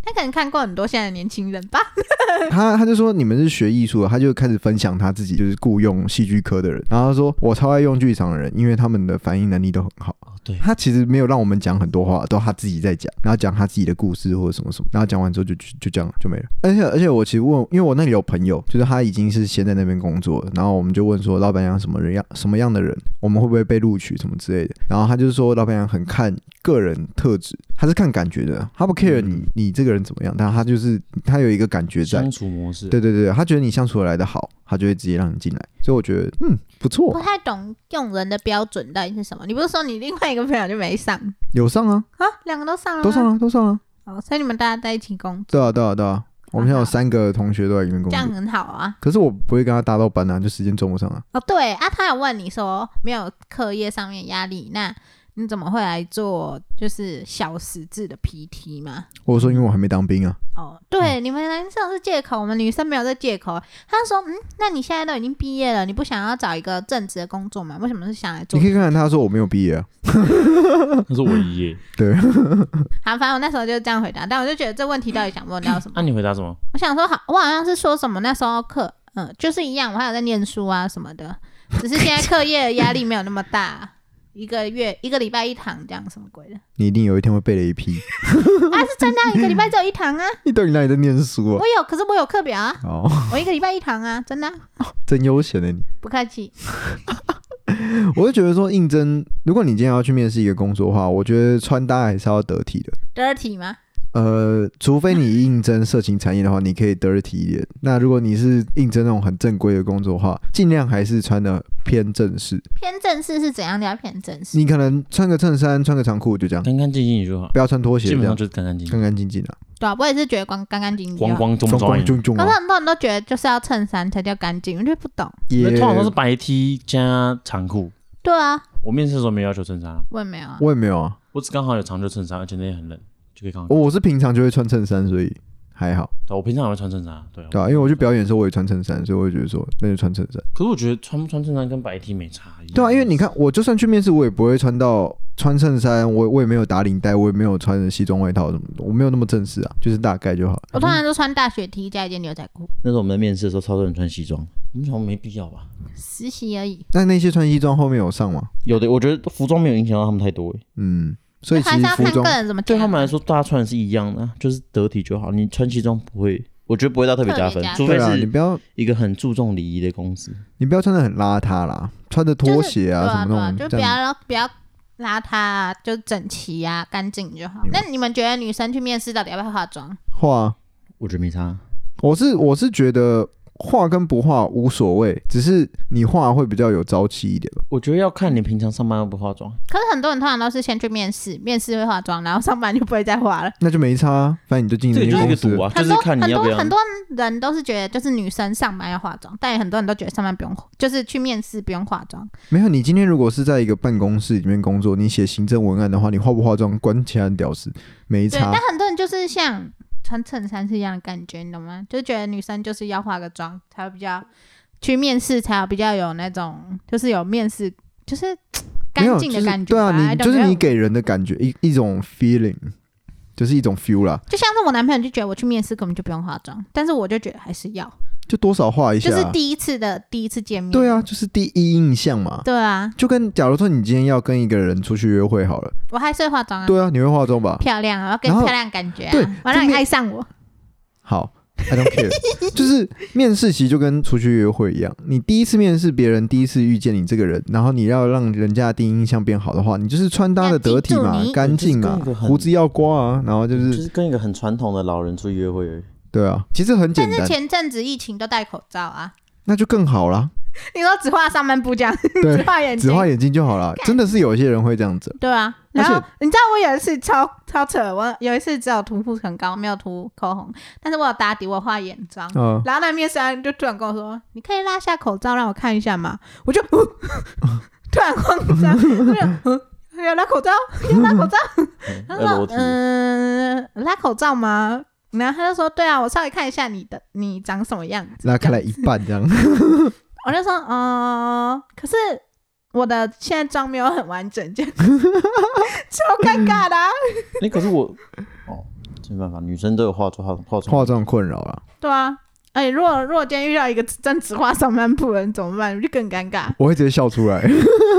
Speaker 3: 他可能看过很多现在的年轻人吧，
Speaker 2: [laughs] 他他就说你们是学艺术的，他就开始分享他自己就是雇佣戏剧科的人。然后他说我超爱用剧场的人，因为他们的反应能力都很好。
Speaker 1: 哦对
Speaker 2: 他其实没有让我们讲很多话，都他自己在讲，然后讲他自己的故事或者什么什么，然后讲完之后就就就这样了就没了。而且而且我其实问，因为我那里有朋友，就是他已经是先在那边工作了，然后我们就问说老板娘什么人样什么样的人，我们会不会被录取什么之类的，然后他就说老板娘很看个人特质，他是看感觉的，他不 care 你、
Speaker 1: 嗯
Speaker 2: 你这个人怎么样，但他就是他有一个感觉在
Speaker 1: 相，处模式，
Speaker 2: 对对对，他觉得你相处得来的好，他就会直接让你进来，所以我觉得嗯不错
Speaker 3: 不，太懂用人的标准到底是什么。你不是说你另外一个朋友就没上
Speaker 2: 有上啊，
Speaker 3: 啊？两个都上了，
Speaker 2: 都上
Speaker 3: 了。
Speaker 2: 啊，都上啊。
Speaker 3: 哦，所以你们大家在一起工作，
Speaker 2: 对啊，对啊，对啊，我们现在有三个同学都在里面工
Speaker 3: 这样
Speaker 2: 作，
Speaker 3: 很好啊。
Speaker 2: 可是我不会跟他搭到班啊，就时间中不上啊。
Speaker 3: 哦，对啊，他有问你说没有课业上面压力，那你怎么会来做就是小时制的 PT 吗？
Speaker 2: 我说因为我还没当兵啊，
Speaker 3: 哦，对，你们男生有这借口，我们女生没有这借口。他说，嗯，那你现在都已经毕业了，你不想要找一个正职的工作吗？为什么是想来做
Speaker 2: 你可？以看看他说我没有毕业啊，
Speaker 1: 那是我爷
Speaker 2: [laughs]
Speaker 1: 爷。
Speaker 3: 好，啊反正我那时候就是这样回答，但我就觉得这问题到底想问到什么？
Speaker 1: 那、你回答什么？
Speaker 3: 我想说，好，我好像是说什么那时候课，嗯，就是一样，我还有在念书啊什么的，只是现在课业的压力没有那么大，一个月一个礼拜一堂这样什么鬼的。
Speaker 2: 你一定有一天会背了一
Speaker 3: [laughs]
Speaker 2: 批。
Speaker 3: 啊，是真的啊、一个礼拜只有一堂啊。
Speaker 2: 你到底哪里在念书啊
Speaker 3: 我？有，可是我有课表啊，
Speaker 2: 哦，
Speaker 3: 我一个礼拜一堂啊，真的啊、
Speaker 2: 真悠闲欸的你。
Speaker 3: 不客气。
Speaker 2: 我就觉得说应征，如果你今天要去面试一个工作的话，我觉得穿搭还是要得体的。
Speaker 3: dirty 吗？
Speaker 2: 呃，除非你应征色情产业的话，你可以 dirty 一点。那如果你是应征那种很正规的工作的话，尽量还是穿的偏正式。
Speaker 3: 偏正式是怎样的？要偏正式？
Speaker 2: 你可能穿个衬衫，穿个长裤就这样，
Speaker 1: 干干净净就好，
Speaker 2: 不要穿拖
Speaker 1: 嗯
Speaker 2: 鞋
Speaker 1: 基
Speaker 2: 这
Speaker 1: 本
Speaker 2: 样
Speaker 1: 上。就是干干净净
Speaker 2: 干、干净净的，
Speaker 3: 对啊，我也是觉得光干干净净就
Speaker 1: 光
Speaker 3: 好。
Speaker 1: 光中
Speaker 2: 嗯光
Speaker 1: 中
Speaker 2: 光。炯炯
Speaker 3: 可是
Speaker 2: 啊，
Speaker 3: 很多人都觉得就是要衬衫才叫干净，我就不懂。
Speaker 1: 那
Speaker 2: 也
Speaker 1: 通常都是白 T 加长裤。
Speaker 3: 对啊，
Speaker 1: 我面试的时候没有要求衬衫啊，
Speaker 3: 我也没有啊。
Speaker 2: 我也没有啊，
Speaker 1: 我只刚好有长袖衬衫，而且那天很冷，就可以刚好
Speaker 2: 我。我是平常就会穿衬衫，所以还好，
Speaker 1: 对我平常也会穿衬衫啊，对啊。
Speaker 2: 对吧、因为我去表演的时候我也穿衬衫，所以我会觉得说那就穿衬衫，
Speaker 1: 可是我觉得穿不穿衬衫跟白 T 没差异。
Speaker 2: 对啊，因为你看我就算去面试，我也不会穿到穿衬衫，我我也没有打领带，我也没有穿西装外套什么的，我没有那么正式啊，就是大概就好了。
Speaker 3: 我通常都穿大雪 T 加一件牛仔裤，
Speaker 1: 那时候我们在面试的时候，超多人穿西装，我们想说没必要吧？
Speaker 3: 实习而已。
Speaker 2: 那那些穿西装后面有上吗？
Speaker 1: 有的，我觉得服装没有影响到他们太多诶。
Speaker 2: 嗯，所以其
Speaker 3: 还是
Speaker 2: 实
Speaker 3: 要
Speaker 2: 服
Speaker 3: 看
Speaker 2: 装
Speaker 3: 个人怎么
Speaker 1: 对
Speaker 3: 讲
Speaker 1: 他们来说，大家穿的是一样的啊，就是得体就好。你穿西装不会，我觉得不会到特别加
Speaker 3: 特
Speaker 1: 分
Speaker 3: 别加，分
Speaker 1: 除
Speaker 2: 对
Speaker 1: 非
Speaker 2: 啊，你
Speaker 1: 是
Speaker 2: 不要
Speaker 1: 一个很注重礼仪的公司。
Speaker 2: 你不要穿的很邋遢啦，穿着
Speaker 3: 就是
Speaker 2: 拖鞋啊、
Speaker 3: 对
Speaker 2: 什
Speaker 3: 啊
Speaker 2: 么
Speaker 3: 对
Speaker 2: 那
Speaker 3: 啊，
Speaker 2: 种，
Speaker 3: 就
Speaker 2: 这
Speaker 3: 不
Speaker 2: 样
Speaker 3: 要不要邋遢啊，就整齐啊，干净就好。那你们觉得女生去面试到底要不要化妆？
Speaker 2: 画
Speaker 1: 我觉得没差，
Speaker 2: 我是我是觉得画跟不画无所谓，只是你画会比较有朝气一点吧。
Speaker 1: 我觉得要看你平常上班要不化妆。
Speaker 3: 可是很多人通常都是先去面试，面试会化妆，然后上班就不会再化了。
Speaker 2: 那就没差、啊，反正你就进
Speaker 1: 这
Speaker 2: 这
Speaker 1: 个就是
Speaker 2: 间
Speaker 1: 一
Speaker 2: 公
Speaker 1: 个
Speaker 2: 司
Speaker 1: 赌
Speaker 2: 了。
Speaker 1: 哦啊，就
Speaker 3: 很
Speaker 1: 是
Speaker 3: 多
Speaker 1: 看
Speaker 3: 很
Speaker 1: 你要
Speaker 3: 多
Speaker 1: 不要
Speaker 3: 很。多人都是觉得，就是女生上班要化妆，但也很多人都觉得上班不用，就是去面试不用化妆。
Speaker 2: 没有，你今天如果是在一个办公室里面工作，你写行政文案的话，你化不化妆关其他人屌事，没
Speaker 3: 对，
Speaker 2: 差
Speaker 3: 但。很多人就是像穿衬衫是一样的感觉，你懂吗？就觉得女生就是要化个妆才会比较去面试，才有比较有那种就是有面试就是
Speaker 2: 没
Speaker 3: 干
Speaker 2: 有，
Speaker 3: 净
Speaker 2: 就
Speaker 3: 的
Speaker 2: 是
Speaker 3: 感觉
Speaker 2: 对
Speaker 3: 吧。
Speaker 2: 啊，你
Speaker 3: I don't
Speaker 2: 就是你
Speaker 3: know
Speaker 2: 给人的感觉一一种 feeling，就是一种 feel 啦，
Speaker 3: 就像是我男朋友就觉得我去面试根本就不用化妆，但是我就觉得还是要，
Speaker 2: 就多少画一
Speaker 3: 就
Speaker 2: 下、
Speaker 3: 是
Speaker 2: 啊。
Speaker 3: 第一次的第一次见面。
Speaker 2: 对啊，就是第一印象嘛。
Speaker 3: 对啊，
Speaker 2: 就跟假如说你今天要跟一个人出去约会好了，
Speaker 3: 我还是会化妆啊，
Speaker 2: 对啊，你会化妆吧？
Speaker 3: 漂亮啊，我要跟
Speaker 2: 然后
Speaker 3: 漂亮的感觉啊
Speaker 2: 对，
Speaker 3: 我要让你
Speaker 2: 这
Speaker 3: 爱上我。
Speaker 2: 好，I don't care，就是 [laughs] 面试其实就跟出去约会一样，你第一次面试别人，第一次遇见你这个人，然后你要让人家的第一印象变好的话，你就是穿搭的得体
Speaker 3: 要记
Speaker 2: 嘛
Speaker 3: 住你，
Speaker 2: 干净嘛
Speaker 1: 就是跟一个，很嗯
Speaker 2: 胡子要刮啊，然后就
Speaker 1: 就是是跟一个很传统的老人出去约会而已。
Speaker 2: 对啊，其实很简
Speaker 3: 但是
Speaker 2: 单，
Speaker 3: 前阵子疫情都戴口罩啊，
Speaker 2: 那就更好啦，
Speaker 3: 你说只画上半部这样，
Speaker 2: 对
Speaker 3: 只画眼睛，
Speaker 2: 只画眼睛就好啦。真的是有一些人会这
Speaker 3: [laughs]
Speaker 2: 样子，
Speaker 3: 对啊，
Speaker 2: 而
Speaker 3: 然
Speaker 2: 且
Speaker 3: 后你知道我有一次超超扯，我有一次只有涂护唇膏，没有涂口红，但是我有打底，我有画眼妆。
Speaker 1: 哦
Speaker 2: 嗯，
Speaker 3: 然后那面试官就突然跟我说：“你可以拉下口罩让我看一下吗？”
Speaker 1: [laughs]
Speaker 3: 我就、呃突然慌张，我就、呃、要拉口罩，要
Speaker 1: [laughs]
Speaker 3: 拉口罩。他
Speaker 1: 要
Speaker 3: 说
Speaker 1: 裸：“体
Speaker 3: 嗯、拉口罩吗？”然后他就说：“对啊，我稍微看一下你的，你长什么样子。”
Speaker 2: 拉开来一半这样，
Speaker 3: 哦我就说，嗯、可是我的现在妆没有很完整， [laughs] 这样超尴尬的啊、
Speaker 1: 哎、可是我哦，没办法，女生都有化妆化化妆
Speaker 2: 化妆困扰啊。
Speaker 3: 对啊，哎、如果如果今天遇到一个真直化上班族人怎么办？就更尴尬。
Speaker 2: 我会直接笑出来。 [laughs]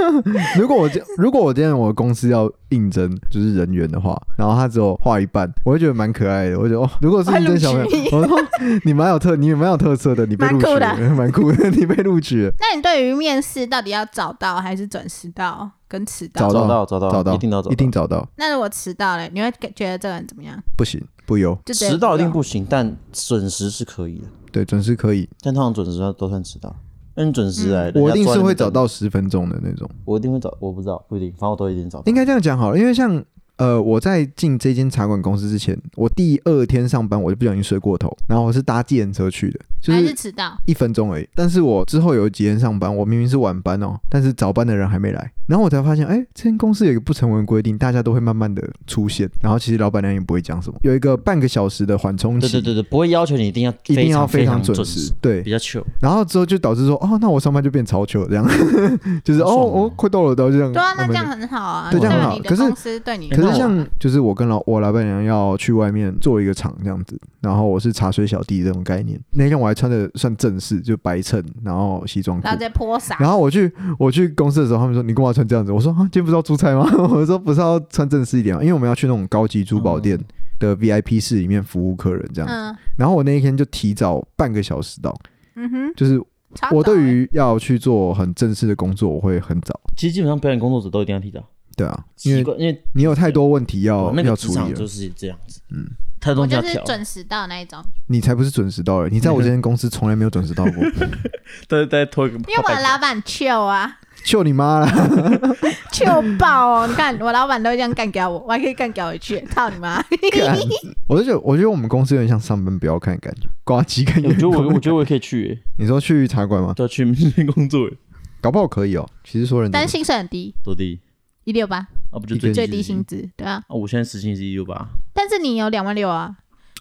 Speaker 2: 如果我今如果我今天我的公司要应征就是人员的话，然后他只有画一半，我会觉得蛮可爱的。我会觉得哦，如果是应征小朋友
Speaker 3: 我还录取，
Speaker 2: 我说哦你蛮有特，你蛮有特色的，你被录取了，蛮酷的，你被录取了。
Speaker 3: 那你对于面试到底要早到还是准时到跟迟到？
Speaker 2: 找
Speaker 1: 找
Speaker 2: 到
Speaker 1: 到找到
Speaker 2: 找到
Speaker 1: 一定要找
Speaker 2: 一定找到，
Speaker 3: 那如果迟到了，你会感觉得这个人怎么样？
Speaker 2: 不行不优，
Speaker 3: 就直接
Speaker 1: 迟到一定
Speaker 3: 用
Speaker 1: 不行，但准时是可以的，
Speaker 2: 对，准时可以。
Speaker 1: 但通常准时都算迟到。那你准时来，人家
Speaker 2: 嗯我一定
Speaker 1: 坐在
Speaker 2: 是
Speaker 1: 那
Speaker 2: 会
Speaker 1: 边
Speaker 2: 找
Speaker 1: 等，
Speaker 2: 到十分钟的那种。
Speaker 1: 我一定会找，我不知道不一定，反正我都一定找到
Speaker 2: 应。该这样讲好了，因为像呃，我在进这间茶馆公司之前，我第二天上班我就不小心睡过头，然后我是搭计程车去的，就
Speaker 3: 还
Speaker 2: 是
Speaker 3: 是迟到？
Speaker 2: 一分钟而已。但是我之后有几天上班，我明明是晚班哦，但是早班的人还没来，然后我才发现，哎、这间公司有一个不成文规定，大家都会慢慢的出现，然后其实老板娘也不会讲什么，有一个半个小时的缓冲
Speaker 1: 对
Speaker 2: 期，
Speaker 1: 对对对，不会要求你一定要
Speaker 2: 一定要
Speaker 1: 非
Speaker 2: 常
Speaker 1: 准
Speaker 2: 准时，对
Speaker 1: 比，较 chill。
Speaker 2: 然后之后就导致说，哦，那我上班就变超球这样， [laughs] 就是哦，
Speaker 1: 好爽哦
Speaker 2: 我、快到了，到了就这样，
Speaker 3: 对啊，那
Speaker 2: 我
Speaker 3: 这
Speaker 2: 们
Speaker 3: 样很好啊，
Speaker 2: 哦对
Speaker 1: 这样
Speaker 3: 代表
Speaker 1: 很
Speaker 2: 好
Speaker 3: 你的
Speaker 2: 可是
Speaker 3: 公司对你很
Speaker 2: 可
Speaker 3: 好啊。
Speaker 2: 是像就是我跟老我老板娘要去外面做一个厂这样子，然后我是茶水小弟这种概念。那天我还穿的算正式，就白衬，然后西装裤
Speaker 3: 然。后再泼洒，
Speaker 2: 然后我去我去公司的时候，他们说你干嘛穿这样子？我说啊，今天不是要出差吗？ [laughs] 我说不是要穿正式一点吗？因为我们要去那种高级珠宝店的 VIP 室里面服务客人这样。
Speaker 3: 嗯
Speaker 2: 然后我那一天就提早半个小时到，
Speaker 3: 嗯哼，
Speaker 2: 就是
Speaker 3: 超
Speaker 2: 我
Speaker 3: 早欸
Speaker 2: 对于要去做很正式的工作，我会很早。
Speaker 1: 其实基本上表演工作者都一定要提到，
Speaker 2: 对啊，因
Speaker 1: 习
Speaker 2: 为
Speaker 1: 惯，因为
Speaker 2: 你有太多问题要
Speaker 1: 我那
Speaker 2: 要
Speaker 1: 个
Speaker 2: 处
Speaker 1: 职
Speaker 2: 理了
Speaker 1: 场。就是这样子，
Speaker 2: 嗯
Speaker 1: 嗯，太多
Speaker 3: 我
Speaker 1: 东西要
Speaker 3: 就是
Speaker 1: 调。
Speaker 3: 准时到那一种，
Speaker 2: 你才不是准时到了，你在我这间公司从来没有准时到过， [laughs]
Speaker 1: 再再拖一个，
Speaker 3: 因为
Speaker 1: [laughs]
Speaker 3: 我的老板 chill 啊
Speaker 2: 就你妈啦！
Speaker 3: ，chill 爆哦！ [laughs] 你看我老板都这样干掉我，我还可以干掉回去，操你妈！
Speaker 2: 干我就觉得，我觉得我们公司有点像上班不要看的感觉，呱唧跟
Speaker 1: 欸我
Speaker 2: 员
Speaker 1: 觉得我
Speaker 2: 工。
Speaker 1: 我觉得我也可以去、
Speaker 2: [laughs]
Speaker 1: 欸，
Speaker 2: 你说去茶馆吗？
Speaker 1: 都要去那边工作、欸，
Speaker 2: 搞不好可以哦。其实说认
Speaker 3: [laughs] 但
Speaker 2: 真
Speaker 3: 是，薪水很低，
Speaker 1: 多低
Speaker 3: 一六八
Speaker 1: 啊？不就
Speaker 2: 一个
Speaker 1: 最
Speaker 2: 人
Speaker 3: 最低薪资，对啊。
Speaker 1: 啊？我现在时薪是一六八，
Speaker 3: 但是你有两万六啊，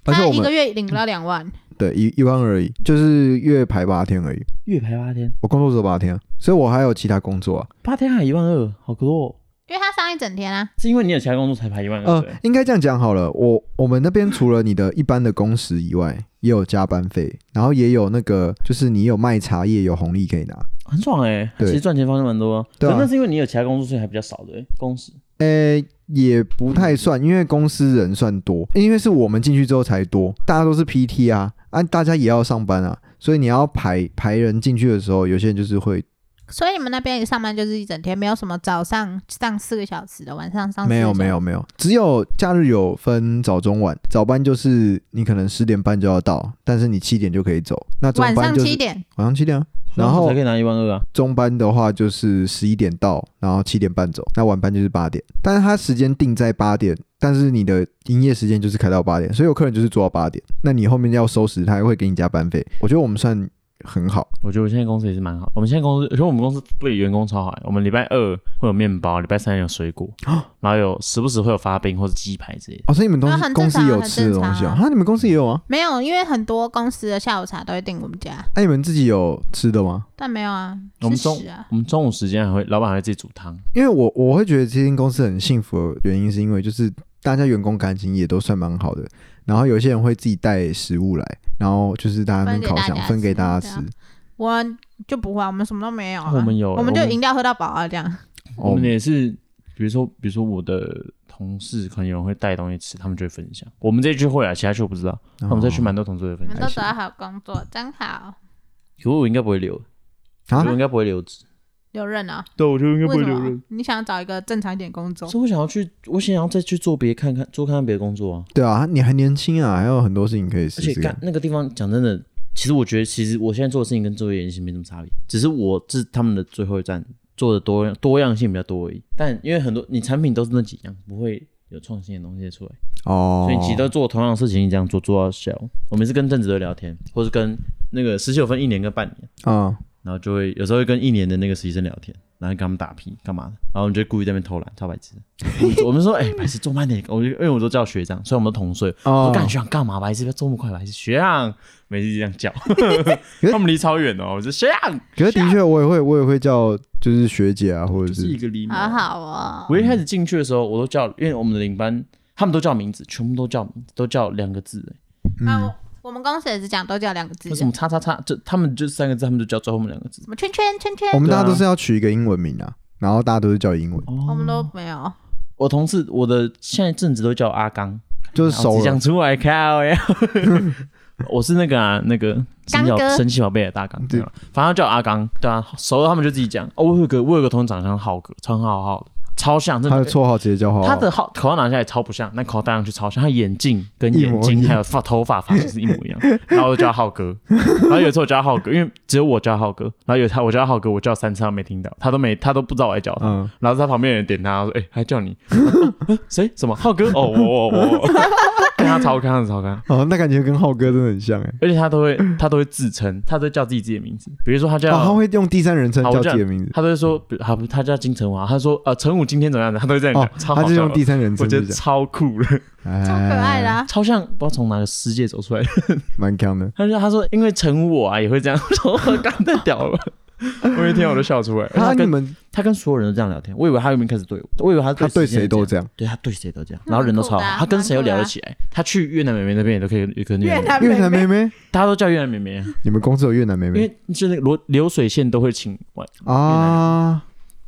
Speaker 2: 而且
Speaker 3: 他
Speaker 2: 我
Speaker 3: 一个
Speaker 2: 们嗯
Speaker 3: 月领不到两万，
Speaker 2: 对一一万二而已，就是月排八天而已。
Speaker 1: 月排八天，
Speaker 2: 我工作只有八天，所以我还有其他工作啊。
Speaker 1: 八天还一万二，好多、哦。
Speaker 3: 因为他上一整天啊，
Speaker 1: 是因为你有其他工作才排一万二、
Speaker 2: 呃
Speaker 1: 嗯对，
Speaker 2: 应该这样讲好了。我我们那边除了你的一般的工时以外， [laughs] 也有加班费，然后也有那个就是你有卖茶叶有红利可以拿。
Speaker 1: 很爽哎、欸，
Speaker 2: 对
Speaker 1: 其实赚钱方式蛮多、啊。
Speaker 2: 对啊
Speaker 1: 可是那是因为你有其他工作，所以还比较少的、欸、工时。
Speaker 2: 呃、也不太算，因为公司人算多，因为是我们进去之后才多，大家都是 PT 啊，啊，大家也要上班啊，所以你要排排人进去的时候，有些人就是会
Speaker 3: 所以你们那边一上班就是一整天，没有什么早上上四个小时的，晚上上四个
Speaker 2: 没有
Speaker 3: 小时
Speaker 2: 没有，没有，只有假日有分早中晚，早班就是你可能十点半就要到，但是你七点就可以走，那中
Speaker 3: 晚
Speaker 2: 班
Speaker 3: 上
Speaker 2: 就是
Speaker 3: 七点，
Speaker 2: 晚上七点啊，然
Speaker 1: 那我
Speaker 2: 后
Speaker 1: 才可以拿一万二啊！
Speaker 2: 中班的话就是十一点到，然后七点半走，那晚班就是八点，但是它时间定在八点，但是你的营业时间就是开到八点，所以有客人就是做到八点，那你后面要收拾，他还会给你加班费。我觉得我们算很好，
Speaker 1: 我觉得我现在公司也是蛮好。我们现在公司，而且我们公司对员工超好、欸。我们礼拜二会有面包，礼拜三有水 [gasps] 果，然后有时不时会有发冰或者鸡排之类的。
Speaker 2: 哦，所以你们东
Speaker 3: 那
Speaker 2: 西
Speaker 3: 很正
Speaker 2: 公司
Speaker 3: 常啊
Speaker 2: 有吃的东西哦，
Speaker 3: 很正常啊
Speaker 2: 啊，你们公司也有吗？
Speaker 3: 没有，因为很多公司的下午茶都会订我们家，
Speaker 2: 哎、你们自己有吃的吗？
Speaker 3: 但没有啊，
Speaker 1: 我们
Speaker 3: 吃
Speaker 1: 中
Speaker 3: 屎啊，
Speaker 1: 我们中午时间还会，老板还会自己煮汤。
Speaker 2: 因为我我会觉得这间公司很幸福的原因，是因为就是大家员工感情也都算蛮好的，然后有些人会自己带食物来，然后就是大家
Speaker 3: 分
Speaker 2: 跟
Speaker 3: 给
Speaker 2: 烤
Speaker 3: 大
Speaker 2: 箱
Speaker 3: 家
Speaker 2: 分给
Speaker 3: 吃
Speaker 2: 大家
Speaker 3: 对
Speaker 2: 吃
Speaker 3: 啊。我就不会啊，我们什么都没有啊、
Speaker 1: 我们有
Speaker 3: 我们就
Speaker 1: 我们
Speaker 3: 饮料喝到饱啊，这样。
Speaker 1: 我们也是，比如说，比如说我的同事可能有人会带东西吃，他们就会分享。我们这一区会啊，其他区我不知道。那我们这区蛮多同事会
Speaker 3: 你
Speaker 1: 分
Speaker 3: 们
Speaker 1: 享
Speaker 3: 都。找到好工作，真好，
Speaker 1: 可我应该不会留，
Speaker 2: 啊
Speaker 1: 我应该不会留职。
Speaker 3: 留任啊？
Speaker 1: 对，我觉得应
Speaker 3: 为什么？。你想找一个正常一点工作？
Speaker 1: 所以我想要去，我想要再去做别看看，做看看别的工作啊。
Speaker 2: 对啊，你还年轻啊，还有很多事情可以试
Speaker 1: 而且
Speaker 2: 试
Speaker 1: 干
Speaker 2: 看。
Speaker 1: 那个地方，讲真的，其实我觉得，其实我现在做的事情跟作业原型没什么差别，只是我是他们的最后一站，做的多样多样性比较多而已。但因为很多你产品都是那几样，不会有创新的东西出来。
Speaker 2: 哦，
Speaker 1: 所以你其实都做同样的事情，你这样做做到小。我每次跟郑子德聊天，或是跟那个实习有分一年跟半年，
Speaker 2: 啊、
Speaker 1: 然后就会有时候会跟一年的那个实习生聊天，然后跟他们打屁干嘛的，然后我们就故意在那边偷懒，超白痴的。我们说我们说，哎、白痴做慢点，我就因为我都叫学长，虽然我们都同岁，我
Speaker 2: 哦，
Speaker 1: 干学长干嘛？白痴不要做那么快，白痴学长，每次这样叫， [laughs] 他们离超远哦，我说学长，
Speaker 2: 可是的确我也会我也会叫就是学姐啊，或者
Speaker 1: 就是一
Speaker 2: 是
Speaker 1: 个礼貌。
Speaker 3: 好好哦，
Speaker 1: 我一开始进去的时候，我都叫，因为我们的领班他们都叫名字，全部都叫名字，都叫两个字、欸，
Speaker 2: 嗯
Speaker 3: 那我我们公司也只讲都叫两个字
Speaker 1: 为，什么叉叉叉，就他们就三个字，他们就叫最后面两个字。
Speaker 3: 什么圈圈圈圈
Speaker 2: 我，们
Speaker 1: 对啊
Speaker 2: 大家都是要取一个英文名啊，然后大家都是叫英
Speaker 1: 哦
Speaker 2: 文，
Speaker 3: 我们都没有。
Speaker 1: 我同事，我的现在正职都叫阿刚，
Speaker 2: 就是
Speaker 1: 然后
Speaker 2: 熟
Speaker 1: 只
Speaker 2: 了
Speaker 1: 讲。出来靠
Speaker 2: [laughs]
Speaker 1: 呀。我是那个啊，那个神
Speaker 3: 刚
Speaker 1: 奇宝
Speaker 3: 哥
Speaker 1: 神奇宝贝的大刚，
Speaker 2: 对
Speaker 1: 对吧，反正叫阿刚，对啊，熟了他们就自己讲。哦，我有个我有个同事长得像浩哥，超浩浩的，超像，真
Speaker 2: 他
Speaker 1: 的
Speaker 2: 的。绰号直接叫浩浩，
Speaker 1: 他的号口罩拿下来超不像，那口罩戴上去超像，他眼镜跟
Speaker 2: 一
Speaker 1: 眼
Speaker 2: 模一
Speaker 1: 睛
Speaker 2: 样
Speaker 1: 还有发头发发型是一模一样。然后我就叫他浩哥，然后有一次我叫他浩哥，因为只有我叫他浩哥，然后有他我叫他浩哥，我叫三次他没听到，他都没他都不知道我在叫他。
Speaker 2: 嗯，
Speaker 1: 然后在旁边有人点他，他说：“哎、还叫你啊谁？什么浩哥？哦，我我我， [laughs] 我看他超看，他超看，
Speaker 2: 哦，那感觉跟浩哥真的很像哎。
Speaker 1: 而且他都会他都会自称，他都会叫自己自己的名字，比如说他叫、
Speaker 2: 哦，他会用第三人称
Speaker 1: 啊好
Speaker 2: 叫
Speaker 1: 我这样
Speaker 2: 自己的名字，
Speaker 1: 他都会说，比他不他叫金城华，他说呃陈武今天怎么样的，他都会这样讲， [laughs]
Speaker 2: 哦，
Speaker 1: 超
Speaker 2: 他
Speaker 1: 好
Speaker 2: 就
Speaker 1: 笑
Speaker 2: 用
Speaker 1: 的。
Speaker 2: 第三人
Speaker 1: 我
Speaker 2: 称
Speaker 1: 觉
Speaker 2: 就
Speaker 1: 得
Speaker 2: 讲，
Speaker 1: 超酷了，
Speaker 3: 超可爱的、
Speaker 2: 哎，
Speaker 3: 啊，
Speaker 1: 超像不知道从哪个世界走出来的。
Speaker 2: 蛮强的。
Speaker 1: 他说：“他说，因为陈武我啊也会这样，我说我刚太屌
Speaker 2: [laughs]
Speaker 1: 了，我一听我都笑出来。而且
Speaker 2: 啊，
Speaker 1: 他
Speaker 2: 你
Speaker 1: 跟
Speaker 2: 们
Speaker 1: 他跟所有人都这样聊天，我以为他原本开始对我，我以为他
Speaker 2: 他对
Speaker 1: 时间
Speaker 2: 谁
Speaker 1: 这样
Speaker 2: 都这样，
Speaker 1: 对他对谁都这样，
Speaker 3: 那
Speaker 1: 然后人都
Speaker 3: 很酷
Speaker 1: 超好，
Speaker 3: 的啊
Speaker 1: 他跟谁都
Speaker 3: 蛮酷
Speaker 1: 聊
Speaker 3: 的啊
Speaker 1: 得起来。他去越南妹妹那边也都可以，也可以
Speaker 3: 越南
Speaker 2: 越南妹
Speaker 3: 妹妹
Speaker 2: 妹，
Speaker 1: 大家都叫越南妹妹啊，
Speaker 2: 你们公司有越南妹
Speaker 1: 因
Speaker 2: 妹
Speaker 1: 为就那个流流水线都会请外，
Speaker 2: 啊？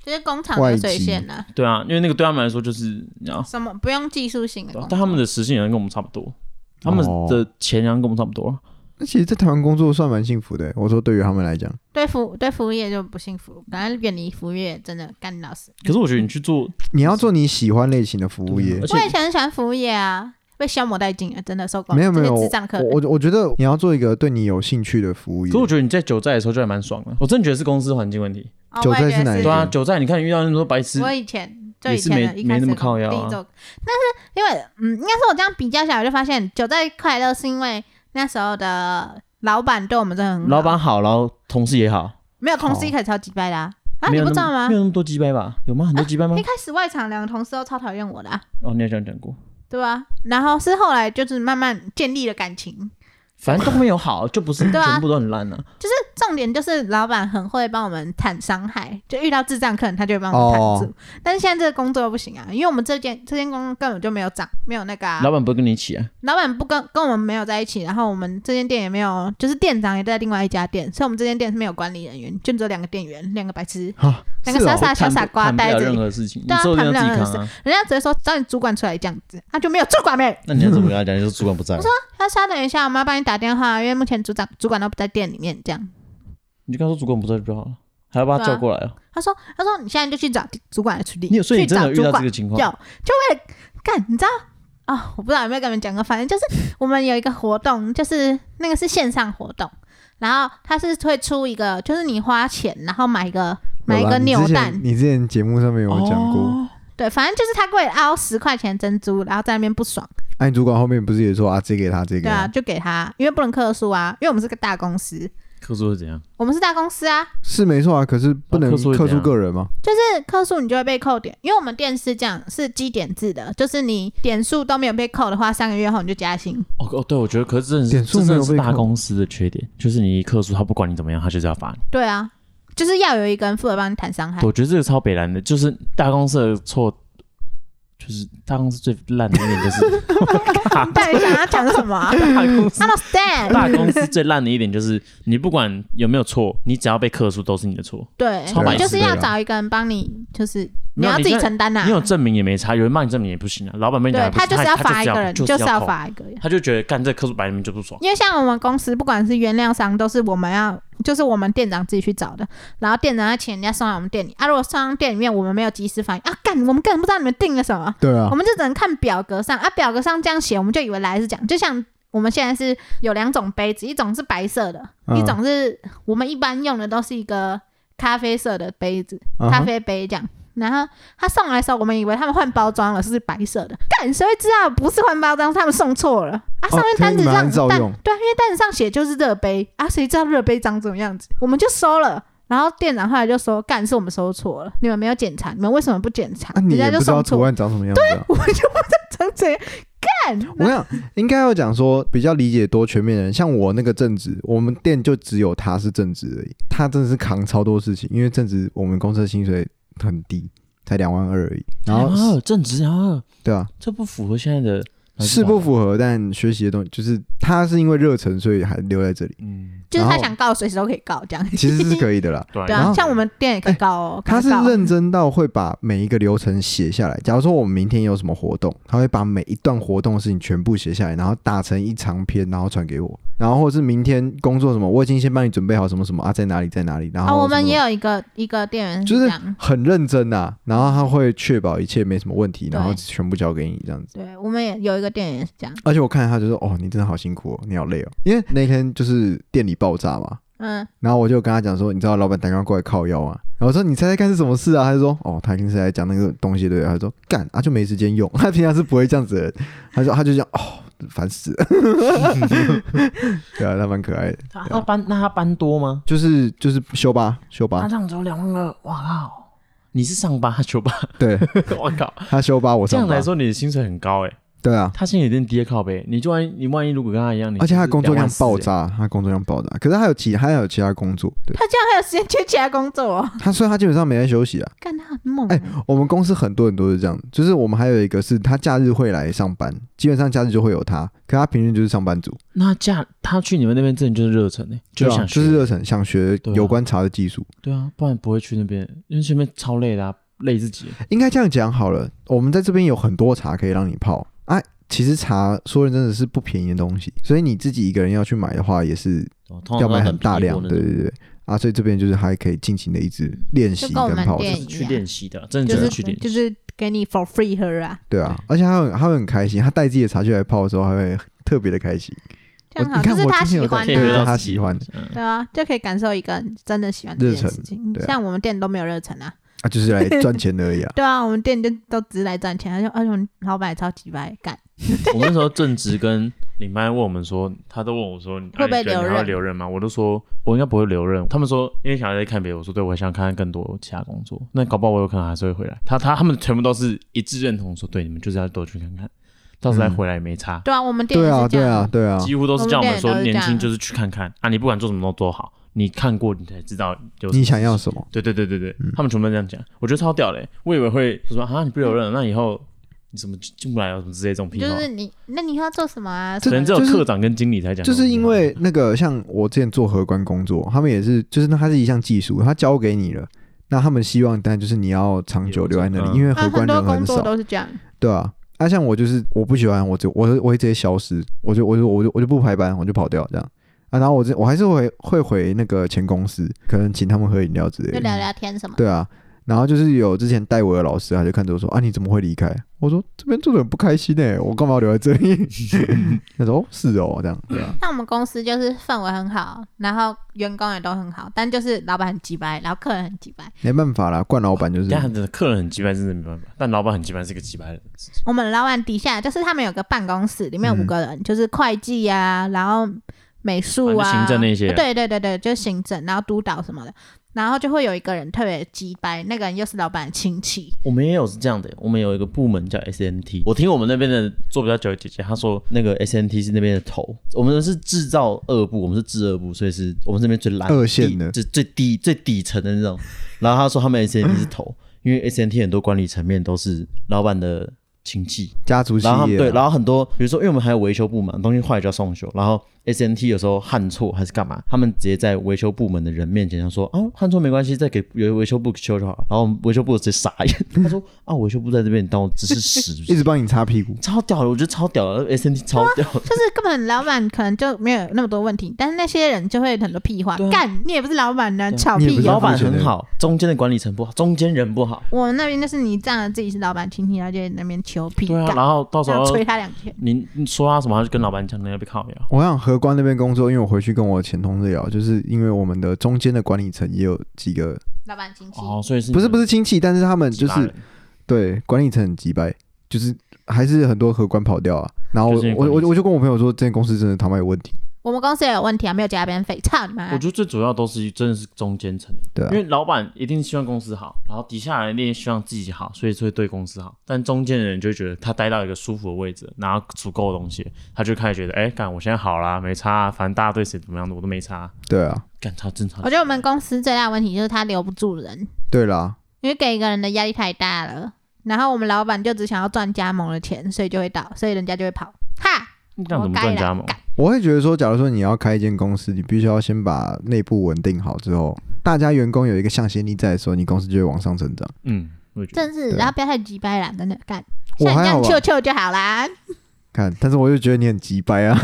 Speaker 3: 就是工厂流水线呐、
Speaker 1: 对啊，因为那个对他们来说就是你知道，
Speaker 3: 什么不用技术型的工作，
Speaker 1: 但他们的时薪好像跟我们差不多，他们
Speaker 2: 哦
Speaker 1: 的钱好像跟我们差不多啊。
Speaker 3: 嗯
Speaker 2: 那其实，在台湾工作算蛮幸福的。我说，对于他们来讲，
Speaker 3: 对服对服务业就不幸福，感觉远离服务业真的干老死。
Speaker 1: 可是我觉得你去做
Speaker 2: 你要做你喜欢类型的服务业
Speaker 1: 而，且
Speaker 3: 我以前很喜欢服务业啊，被消磨殆尽了，真的受够了。
Speaker 2: 没有没有，
Speaker 3: 这些
Speaker 2: 我
Speaker 3: 智障客人
Speaker 2: 我我觉得你要做一个对你有兴趣的服务业
Speaker 1: 可。我觉得你在九寨的时候就还蛮爽的，我真的觉得是公司环境问题。
Speaker 3: 哦
Speaker 2: 韭
Speaker 3: 我
Speaker 2: 菜
Speaker 3: 也觉
Speaker 2: 是
Speaker 3: 得
Speaker 2: 哪一
Speaker 1: 对
Speaker 2: 种
Speaker 1: 啊，九寨你看遇到那么多白痴，
Speaker 3: 我以前就
Speaker 1: 也
Speaker 3: 以
Speaker 1: 是
Speaker 3: 前
Speaker 1: 没
Speaker 3: 的一开
Speaker 1: 没
Speaker 3: 始
Speaker 1: 那么靠腰啊
Speaker 3: 第一周，但是因为嗯，应该是我这样比较下来，我就发现九寨快乐是因为那时候的老板对我们真的很好，
Speaker 1: 老板好，然后同事也好，
Speaker 3: 没有同事一开始超级掰的啊，啊
Speaker 1: 没
Speaker 3: 你
Speaker 1: 有
Speaker 3: 不
Speaker 1: 那
Speaker 3: 知道
Speaker 1: 么
Speaker 3: 吗哎
Speaker 1: 没？有那么多鸡掰吧？有吗？很多鸡掰吗
Speaker 3: 一？开始外场两个同事都超讨厌我的、啊，
Speaker 1: 哦，你好像讲过，
Speaker 3: 对吧、然后是后来就是慢慢建立了感情，
Speaker 1: 反正都没有好，就不是
Speaker 3: 对啊
Speaker 1: 全部都很烂啊。
Speaker 3: 就是重点就是老板很会帮我们谈伤害，就遇到智障客人他就会帮我们
Speaker 2: 哦
Speaker 3: 谈住。但是现在这个工作又不行啊，因为我们这件这件工作根本就没有涨，没有那个、啊、
Speaker 1: 老板不会跟你一起啊？
Speaker 3: 老板不跟跟我们没有在一起，然后我们这间店也没有，就是店长也在另外一家店，所以我们这间店是没有管理人员，就只有两个店员，两个白痴，
Speaker 2: 啊，
Speaker 3: 两个
Speaker 2: 是
Speaker 3: 傻
Speaker 2: 哦
Speaker 3: 傻小傻瓜
Speaker 1: 谈不
Speaker 3: 待
Speaker 1: 了
Speaker 3: 着
Speaker 1: 任，何事情，你
Speaker 3: 对啊
Speaker 1: 做定要自己
Speaker 3: 谈不了
Speaker 1: 扛啊。
Speaker 3: 人家只会说找你主管出来这样子，他、就没有主管没。
Speaker 1: 那你要怎么跟他讲？就是主管不在，啊
Speaker 3: 他稍等一下，我们要帮你打电话，因为目前组长主管都不在店里面。这样，
Speaker 1: 你就跟他说主管不在就好了，还要把他
Speaker 3: 对啊
Speaker 1: 叫过来啊。
Speaker 3: 他说，他说你现在就去找主管来处理，
Speaker 1: 你有所以
Speaker 3: 去
Speaker 1: 你真
Speaker 3: 找
Speaker 1: 的有
Speaker 3: 主
Speaker 1: 遇到
Speaker 3: 管
Speaker 1: 这个情
Speaker 3: 有，就
Speaker 1: 况？
Speaker 3: 为了干，你知道啊、我不知道有没有跟你们讲过，反正就是我们有一个活动，就是那个是线上活动，然后它是会出一个，就是你花钱然后买一个买一
Speaker 2: 有啦
Speaker 3: 个
Speaker 2: 你之
Speaker 3: 扭
Speaker 2: 前
Speaker 3: 蛋，
Speaker 2: 你之前节目上面有讲过，
Speaker 1: 哦，
Speaker 3: 对，反正就是他为了凹十块钱珍珠，然后在那边不爽，
Speaker 2: 哎，你主管后面不是也说啊，这给他，这给
Speaker 3: 对啊，
Speaker 2: 他，
Speaker 3: 就给他，因为不能克数啊，因为我们是个大公司，
Speaker 1: 客诉是怎样？
Speaker 3: 我们是大公司啊，
Speaker 2: 是没错啊，可是不能
Speaker 1: 啊客诉是
Speaker 2: 克
Speaker 1: 怎
Speaker 2: 数
Speaker 1: 样
Speaker 2: 个人吗？
Speaker 3: 就是克数你就会被扣点，因为我们店是这样，是积点制的，就是你点数都没有被扣的话，三个月后你就加薪。
Speaker 1: 哦哦，对，我觉得可是真的是
Speaker 2: 点数
Speaker 1: 这真的是
Speaker 2: 没有被
Speaker 1: 大
Speaker 2: 扣
Speaker 1: 公司的缺点，就是你一客诉，他不管你怎么样，他就是要罚你。
Speaker 3: 对啊，就是要有一个人负责帮你谈伤害
Speaker 1: 对。我觉得这个超北蓝的，就是大公司的错，就是大公司最烂的一点就是
Speaker 3: [laughs] 你到底想要讲什么 [laughs] 啊
Speaker 1: 大公司
Speaker 3: ？I don't stand。
Speaker 1: 大公司最烂的一点就是你不管有没有错，你只要被克诉都是你的错，
Speaker 3: 对
Speaker 1: 超，白
Speaker 3: 你
Speaker 1: 痴
Speaker 3: 就是
Speaker 2: 的
Speaker 3: 要
Speaker 2: 啦
Speaker 3: 找一个人帮你，就是
Speaker 1: 没
Speaker 3: 你
Speaker 1: 有
Speaker 3: 要
Speaker 1: 你
Speaker 3: 自己
Speaker 1: 现在
Speaker 3: 承担呐啊
Speaker 1: 你。有证明也没差，有人骂你证明也不行啊，老板被你打
Speaker 3: 对
Speaker 1: 也不行
Speaker 3: 就是
Speaker 1: 他
Speaker 3: 要罚一个人，
Speaker 1: 就
Speaker 3: 就是要
Speaker 1: 扣，
Speaker 3: 罚一个人。
Speaker 1: 他就觉得干这克诉白人就不爽。
Speaker 3: 因为像我们公司，不管是原料商，都是我们要，就是我们店长自己去找的，然后店长要请人家送到我们店里啊。如果送到店里面，我们没有及时反应啊，干，我们根本不知道你们订了什么，
Speaker 2: 对啊
Speaker 3: 我，们就只能看表格上啊，表格上这样写，我们就以为来是讲，就像我们现在是有两种杯子，一种是白色的，
Speaker 2: 嗯
Speaker 3: 一种是我们一般用的都是一个咖啡色的杯子，
Speaker 2: 嗯哼
Speaker 3: 咖啡杯这样。然后他送来的时候，我们以为他们换包装了，是白色的。干，谁会知道不是换包装，他们送错了啊！上面
Speaker 2: 所以
Speaker 3: 单
Speaker 2: 你
Speaker 3: 子
Speaker 2: 们还
Speaker 3: 上、
Speaker 2: 照
Speaker 3: 单
Speaker 2: 用
Speaker 3: 对啊，因为单子上写就是热杯啊，谁知道热杯长什么样子？我们就收了。然后店长后来就说：“干，是我们收错了，你们没有检查，你们为什么不检查？
Speaker 2: 啊，你
Speaker 3: 人
Speaker 2: 也
Speaker 3: 家
Speaker 2: 不
Speaker 3: 就
Speaker 2: 知道
Speaker 3: 送
Speaker 2: 图
Speaker 3: 错，
Speaker 2: 案长什么样子、啊。
Speaker 3: 我就不知道长怎样。干，
Speaker 2: [laughs] 我想应该要讲说，比较理解多全面的人，像我那个正职，我们店就只有他是正职而已，他真的是扛超多事情，因为正职我们公司的薪水很低，才两万二而已。然后 [laughs]
Speaker 1: 啊，正直啊，
Speaker 2: 对啊，
Speaker 1: 这不符合现在的
Speaker 2: 是不，符合，但学习的东西就是他是因为热忱，所以还留在这里，
Speaker 1: 嗯，
Speaker 3: 就是他
Speaker 2: 然后
Speaker 3: 想告，随时都可以告，这样
Speaker 2: 其实
Speaker 3: [laughs]
Speaker 2: 是可以的啦。
Speaker 1: 对
Speaker 3: 对
Speaker 2: 然
Speaker 3: 啊
Speaker 2: 后，哎
Speaker 3: 像我们店也可以告哦。
Speaker 2: 他是
Speaker 3: 可以告
Speaker 2: 认真到会把每一个流程写下来。假如说我们明天有什么活动，他会把每一段活动的事情全部写下来，然后打成一长篇，然后传给我。然后或者是明天工作什么，我已经先帮你准备好什么什么啊，在哪里在哪里。然后
Speaker 3: 啊，我们也
Speaker 2: 有
Speaker 3: 有一个一个店员
Speaker 2: 就是
Speaker 3: 这样。
Speaker 2: 很认真呐、然后他会确保一切没什么问题，
Speaker 3: 对
Speaker 2: 然后全部交给你这样子。
Speaker 3: 对，我们也有一个店员是这样，
Speaker 2: 而且我看他就说：“哦，你真的好辛苦哦，你好累哦。”因为那天就是店里爆炸嘛，
Speaker 3: 嗯，
Speaker 2: 然后我就跟他讲说，你知道老板打电话过来靠腰啊，然后我说你猜猜看是什么事啊？他就说哦，他一定是来讲那个东西对不对？他就说干啊就没时间用， [laughs] 他平常是不会这样子的人，他说他就这样哦，烦死了， [laughs] 对啊，他蛮可爱的，
Speaker 1: 他他搬那他搬多吗？
Speaker 2: 就是就是修吧修
Speaker 1: 他
Speaker 2: 吧，
Speaker 1: 这样只有两万二，哇靠！你是上八九 [laughs] 八，
Speaker 2: 对
Speaker 1: 我靠！
Speaker 2: 他修吧我
Speaker 1: 这
Speaker 2: 上
Speaker 1: 样
Speaker 2: 吧
Speaker 1: 来，说，你的薪水很高哎，
Speaker 2: 对啊，
Speaker 1: 他薪水一定低靠呗。你就万一你万一如果跟他一样，你
Speaker 2: 而且他的工作量爆
Speaker 1: 就是24,000欸，
Speaker 2: 炸，他工作量爆炸，可是他有其他还有其他工作，对
Speaker 3: 他这样还有时间接其他工作
Speaker 1: 啊
Speaker 3: 哦， [laughs]
Speaker 2: 他所以他基本上没在休息啊。
Speaker 3: 干他很猛
Speaker 2: 哎
Speaker 3: 欸。
Speaker 2: 我们公司很多人都是这样，就是我们还有一个是他假日会来上班，基本上假日就会有他，可他平日就是上班族，
Speaker 1: 那价他去你们那边真的就是热忱哎，
Speaker 2: 对
Speaker 1: 想
Speaker 2: 啊，
Speaker 1: 学
Speaker 2: 就是热忱，想学
Speaker 1: 对啊
Speaker 2: 有关茶的技术。
Speaker 1: 对啊，不然不会去那边，因为前面超累的啊，累自己。
Speaker 2: 应该这样讲好了，我们在这边有很多茶可以让你泡啊。其实茶说认真的是不便宜的东西，所以你自己一个人要去买的话，也是
Speaker 1: 哦通常
Speaker 2: 要
Speaker 1: 都
Speaker 2: 买很
Speaker 1: 疲
Speaker 2: 大
Speaker 1: 惫
Speaker 2: 量。
Speaker 1: 那
Speaker 2: 对
Speaker 1: 种
Speaker 2: 对对啊，所以这边就是还可以尽情的一直练习
Speaker 3: 就跟我
Speaker 2: 跟
Speaker 3: 们
Speaker 2: 泡茶
Speaker 3: 店，
Speaker 1: 哦就是去练习的，啊真的
Speaker 3: 啊
Speaker 1: 就
Speaker 3: 就
Speaker 1: 是
Speaker 3: 是
Speaker 1: 去练习。
Speaker 3: 就是给你 for free 喝啊，
Speaker 2: 对啊，而且他很他会很开心，他带自己的茶去来泡的时候，还会特别的开心。
Speaker 3: 这样
Speaker 2: 我
Speaker 3: 好，
Speaker 2: 你看
Speaker 3: 就是
Speaker 2: 我
Speaker 3: 他
Speaker 2: 今天
Speaker 3: 喜
Speaker 2: 有
Speaker 3: 欢
Speaker 2: 在
Speaker 1: 可以
Speaker 3: 的
Speaker 1: 回
Speaker 2: 推
Speaker 1: 啊
Speaker 2: 到
Speaker 3: 啊，
Speaker 2: 他喜欢
Speaker 1: 嗯，
Speaker 3: 对啊，就可以感受一个人真的喜欢这件事情
Speaker 2: 热忱对。啊
Speaker 3: 像我们店都没有热忱啊，
Speaker 2: 啊，就是来赚钱而
Speaker 3: [laughs]
Speaker 2: 已啊。
Speaker 3: 对啊，我们店就都只是来赚钱，而且而且我们老板也超级白干，
Speaker 1: 我们那时候正值跟领班问我们说，他都问我说，
Speaker 3: 会不
Speaker 1: 啊
Speaker 3: 会
Speaker 1: 你觉得
Speaker 3: 留
Speaker 1: 你
Speaker 3: 任
Speaker 1: 还会留任吗？我都说我应该不会留任。他们说因为想要再看别的，我说对，我想看看更多其他工作。那搞不好我有可能还是会回来。他他他们全部都是一致认同说，对，你们就是要多去看看，到时候再回来也没差。
Speaker 3: 对啊，我们店也
Speaker 2: 对啊，
Speaker 3: 是这
Speaker 2: 对啊
Speaker 3: 样，，
Speaker 2: 嗯对啊，
Speaker 1: 几乎都是叫我们
Speaker 3: 我
Speaker 1: 说，
Speaker 3: 们店也
Speaker 1: 年
Speaker 3: 都是这
Speaker 1: 轻
Speaker 3: 样
Speaker 1: 就是去看看啊，你不管做什么都做好，你看过你才知道有什么
Speaker 2: 你想要什么？
Speaker 1: 对对对对对，
Speaker 2: 嗯
Speaker 1: 他们全部都这样讲，我觉得超屌嘞、欸我以为会说啊，你不留任，那以后你怎么进不来啊，什么之类这种屁
Speaker 3: 就
Speaker 1: 话。
Speaker 3: 是你，那你以后要做什么啊？
Speaker 2: 这
Speaker 1: 可能只有
Speaker 2: 就是
Speaker 1: 科长跟经理才讲这
Speaker 2: 就
Speaker 1: 种屁话，
Speaker 2: 是因为那个像我之前做荷官工作，他们也是，就是那它是一项技术，他交给你了，那他们希望当然就是你要长久留在那里，
Speaker 1: 嗯
Speaker 2: 因为荷
Speaker 3: 啊，
Speaker 2: 官
Speaker 3: 很多
Speaker 2: 人
Speaker 3: 工
Speaker 2: 很
Speaker 3: 作
Speaker 2: 少，
Speaker 3: 都是这样，
Speaker 2: 对啊。啊，像我就是我不喜欢，我就我我会直接消失，我就我就我就我就不排班，我就跑掉这样啊。然后我这我还是会会回那个前公司，可能请他们喝饮料之类
Speaker 3: 就
Speaker 2: 的，
Speaker 3: 聊聊天什么。
Speaker 2: 对啊。然后就是有之前带我的老师，他就看着我说啊，你怎么会离开？我说这边做的很不开心哎、我干嘛要留在这里？ [laughs] 他说哦是哦，这样对啊。
Speaker 3: 像我们公司就是氛围很好，然后员工也都很好，但就是老板很鸡掰，然后客人很鸡掰。
Speaker 2: 没办法啦，冠老板就是
Speaker 1: 但他的客人很鸡掰，真的没办法。但老板很鸡掰，是个鸡掰人。
Speaker 3: 我们老板底下就是他们有个办公室，里
Speaker 2: 嗯
Speaker 3: 面有五个人，就是会计啊，然后美术啊，
Speaker 1: 反正行政那些啊
Speaker 3: 对对对对，就是行政，然后督导什么的，然后就会有一个人特别鸡掰，那个人又是老板的亲戚，
Speaker 1: 我们也有是这样的，我们有一个部门叫 SNT。我听我们那边的做比较久的姐姐，她说那个 SNT 是那边的头，我们是制造二部，我们是制二部，所以是我们这边最烂
Speaker 2: 二线的
Speaker 1: 最最低最底层的那种。然后她说他们 SNT 是头，因为 SNT 很多管理层面都是老板的亲戚，
Speaker 2: 家族企
Speaker 1: 然后他们
Speaker 2: 业，啊
Speaker 1: 对，然后很多，比如说，因为我们还有维修部门，东西坏了就要送修。然后 S N T 有时候焊错还是干嘛，他们直接在维修部门的人面前他说啊，焊错没关系，再给有维修部修就好了。然后维修部直接傻眼，他说啊，维修部在这边，你当我只是屎是不
Speaker 2: 一
Speaker 1: 是，
Speaker 2: 直帮你擦屁股，
Speaker 1: [laughs] 超屌的，我觉得超屌的，S N T 超屌 [laughs] 的。
Speaker 3: 就是根本老板可能就没有那么多问题，但是那些人就会很多屁话，
Speaker 1: 对啊
Speaker 3: 干你也不是老板呢，啊吵
Speaker 2: 啊你也
Speaker 3: 屁哦
Speaker 2: 不是
Speaker 3: 呀、
Speaker 1: 老板
Speaker 2: 付钱的
Speaker 1: 很好，中间的管理层不好，中间人不好，
Speaker 3: 我那边就是你仗着自己是老板亲戚，然后就在那边球皮
Speaker 1: 对啊，
Speaker 3: 干，
Speaker 1: 然后到时
Speaker 3: 然
Speaker 1: 候
Speaker 3: 后捶他两拳。
Speaker 1: 你你说他什么，他就跟老板讲你要被靠腰。
Speaker 2: 我想荷官那边工作，因为我回去跟我前同事聊，就是因为我们的中间的管理层也有几个，
Speaker 3: 老板经济，
Speaker 1: 哦，所以是
Speaker 2: 不是不
Speaker 1: 是，
Speaker 2: 是亲戚，但是他们就是对管理层很急掰，就是还是很多荷官跑掉啊。然后我
Speaker 1: 就是因为管
Speaker 2: 我
Speaker 1: 理
Speaker 2: 我
Speaker 1: 层
Speaker 2: 我就跟我朋友说，这间公司真的他妈有问题，
Speaker 3: 我们公司也有问题啊，没有加班费，操你妈！
Speaker 1: 我觉得最主要都是真的是中间层，
Speaker 2: 对啊
Speaker 1: 因，为老板一定希望公司好，然后底下人一定希望自己好，所以就会对公司好。但中间的人就会觉得他待到一个舒服的位置，拿到足够的东西，他就开始觉得，哎、干我现在好啦，没差啊，反正大家对谁怎么样的我都没差啊，
Speaker 2: 对啊，
Speaker 1: 干他正常
Speaker 3: 我。觉得我们公司最大的问题就是他留不住人，
Speaker 2: 对啦，
Speaker 3: 因为给一个人的压力太大了。然后我们老板就只想要赚加盟的钱，所以就会倒，所以人家就会跑。哈，
Speaker 1: 这样怎么赚啊加盟
Speaker 3: 活该啦？干
Speaker 2: 我会觉得说，假如说你要开一间公司，你必须要先把内部稳定好之后，大家员工有一个向心力在的时候，你公司就会往上成长。
Speaker 1: 嗯，我也觉得
Speaker 3: 真是，
Speaker 2: 对啊
Speaker 3: 然后不要太急掰啦，真的干。
Speaker 2: 我
Speaker 3: 像你这
Speaker 2: 还好啊
Speaker 3: 样
Speaker 2: 吧
Speaker 3: 秀秀就好啦。
Speaker 2: 看，但是我就觉得你很急掰啊， [laughs]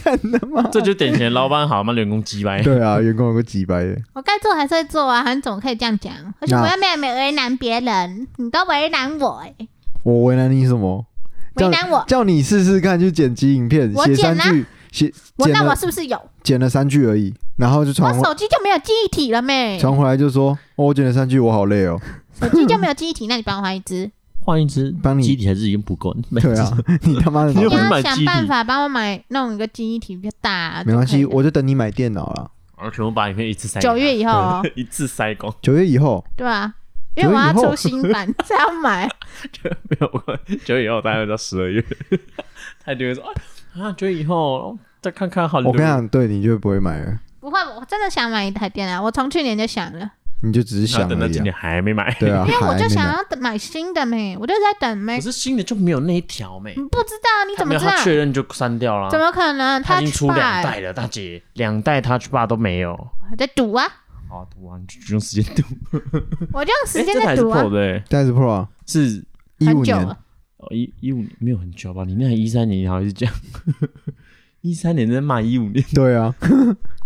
Speaker 2: 看他妈，
Speaker 1: 这就典型的老板好嘛，员工鸡掰。
Speaker 2: 对啊，员工有个急掰的，
Speaker 3: 我该做还是会做啊，你总可以这样讲。而且
Speaker 2: 那
Speaker 3: 我又没有没为难别人，你都为难我、欸，
Speaker 2: 我为难你什么？这
Speaker 3: 为
Speaker 2: 样
Speaker 3: 难我，
Speaker 2: 叫你试试看去剪辑影片，
Speaker 3: 我
Speaker 2: 写
Speaker 3: 剪
Speaker 2: 三
Speaker 3: 啊
Speaker 2: 句，写
Speaker 3: 我
Speaker 2: 剪
Speaker 3: 那我
Speaker 2: 了
Speaker 3: 是不是有？
Speaker 2: 剪了三句而已，然后就
Speaker 3: 我
Speaker 2: 传回
Speaker 3: 手机就没有记忆体了没？手
Speaker 2: 传回来就说，哦，我剪了三句，我好累哦。
Speaker 3: 机就没有记忆体， [laughs] 那你帮我换一只。
Speaker 1: 换一只，
Speaker 2: 帮你
Speaker 1: 机体还是已经不够，
Speaker 2: 对啊， [laughs]
Speaker 1: [laughs]
Speaker 2: 你他妈的
Speaker 1: 你
Speaker 2: 脑
Speaker 1: 又
Speaker 3: 你
Speaker 1: 不是
Speaker 2: 袋，
Speaker 1: 买
Speaker 3: 要
Speaker 1: 记忆体
Speaker 3: 想办法帮我买弄一个记忆体比较大、
Speaker 2: 没关系，
Speaker 3: 就可以了
Speaker 2: 我就等你买电脑啦。
Speaker 1: 然后全部把影片一次塞给他。
Speaker 3: 九月以后、哦，
Speaker 1: [laughs] 一次塞光，
Speaker 2: 九月以后，
Speaker 3: 对
Speaker 2: [laughs]
Speaker 3: 啊，因为我要
Speaker 2: 九月以
Speaker 3: 出
Speaker 2: 后
Speaker 3: 新版，这要
Speaker 1: [laughs]
Speaker 3: 买。
Speaker 1: 没有我九月以后大概到十二月，他就会说啊，九月以后再看看好。
Speaker 2: 我跟你讲，对你就不会买了，
Speaker 3: 不会，我真的想买一台电脑，我从去年就想了，
Speaker 2: 你就只是
Speaker 1: 然
Speaker 2: 想
Speaker 1: 后等到
Speaker 2: 而已
Speaker 1: 今
Speaker 2: 啊、
Speaker 1: 年还没买，
Speaker 2: 对啊，
Speaker 3: 因为我
Speaker 2: 还
Speaker 3: 就
Speaker 2: 没
Speaker 3: 想
Speaker 2: 买
Speaker 3: 要等买新的没，我就在等没
Speaker 1: 可。是新的就没有那一条没，
Speaker 3: 你不知道，你怎么知道
Speaker 1: 他没有他？确认就删掉啦。
Speaker 3: 怎么可能？
Speaker 1: 他已经
Speaker 3: 去
Speaker 1: 出两
Speaker 3: 买，
Speaker 1: 代了，大姐，两代 Touch Bar 都没有。
Speaker 3: 我还在赌啊，
Speaker 1: 好，读完就用时间读，哎
Speaker 3: 我就用时间
Speaker 1: 这台
Speaker 3: 在
Speaker 1: 是
Speaker 3: 赌啊
Speaker 1: Pro，的，欸
Speaker 2: 但是 Pro
Speaker 1: 是
Speaker 2: 啊一五
Speaker 3: 很久
Speaker 2: 年
Speaker 3: 了。
Speaker 1: 哦一一五年没有很久吧？你那一三年你好意思讲？ [laughs] 一三年在骂一五年，
Speaker 2: 对啊，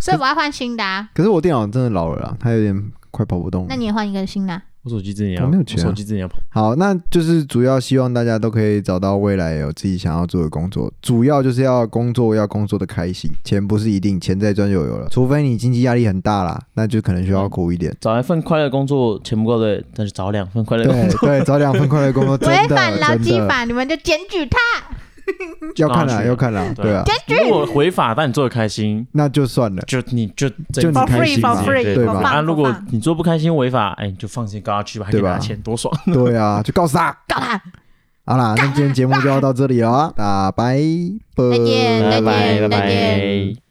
Speaker 3: 所以我要换新的啊。
Speaker 2: 可是我电脑真的老了啦，它有点快跑不动
Speaker 3: 那
Speaker 2: 了。
Speaker 3: 你也换一个新的啊，
Speaker 1: 我手机真的要，
Speaker 2: 我没有钱啊
Speaker 1: 我手机真的要跑。
Speaker 2: 好，那就是主要希望大家都可以找到未来有自己想要做的工作，主要就是要工作要工作的开心，钱不是一定，钱再赚就有了，除非你经济压力很大啦，那就可能需要苦一点。
Speaker 1: 找一份快乐工作，钱不够的，那就找两份快乐工
Speaker 2: 对
Speaker 1: 作。
Speaker 2: 对，找两份快乐工作，
Speaker 3: [laughs]
Speaker 2: 真
Speaker 3: 违
Speaker 2: 的
Speaker 3: 反劳
Speaker 2: 真
Speaker 3: 基
Speaker 2: 的
Speaker 3: 法，你们就检举他。
Speaker 2: 要看啦，
Speaker 1: 去
Speaker 2: 要看啦，对啊，
Speaker 3: 哎
Speaker 1: 如果违法，但你做的开心，
Speaker 2: 那就
Speaker 3: [laughs]
Speaker 2: 算了。
Speaker 1: 就你就
Speaker 2: 就
Speaker 1: 就
Speaker 2: 你 For 开心 free, 嘛
Speaker 3: for free,
Speaker 1: 对
Speaker 2: 对吧
Speaker 3: 我放
Speaker 1: 啊，
Speaker 3: 我
Speaker 1: 如果
Speaker 3: 放
Speaker 1: 你做不开心违法，哎，你就放心跟他去吧，还可以
Speaker 2: 对吧
Speaker 1: 拿钱，多爽。
Speaker 2: 对啊，就告诉他。
Speaker 3: 告他，
Speaker 2: 好啦，那今天节目就要到这里了啊，大家拜，
Speaker 3: 哎再见
Speaker 1: 拜
Speaker 3: 再
Speaker 1: 拜拜
Speaker 3: 见再
Speaker 1: 拜
Speaker 3: 见。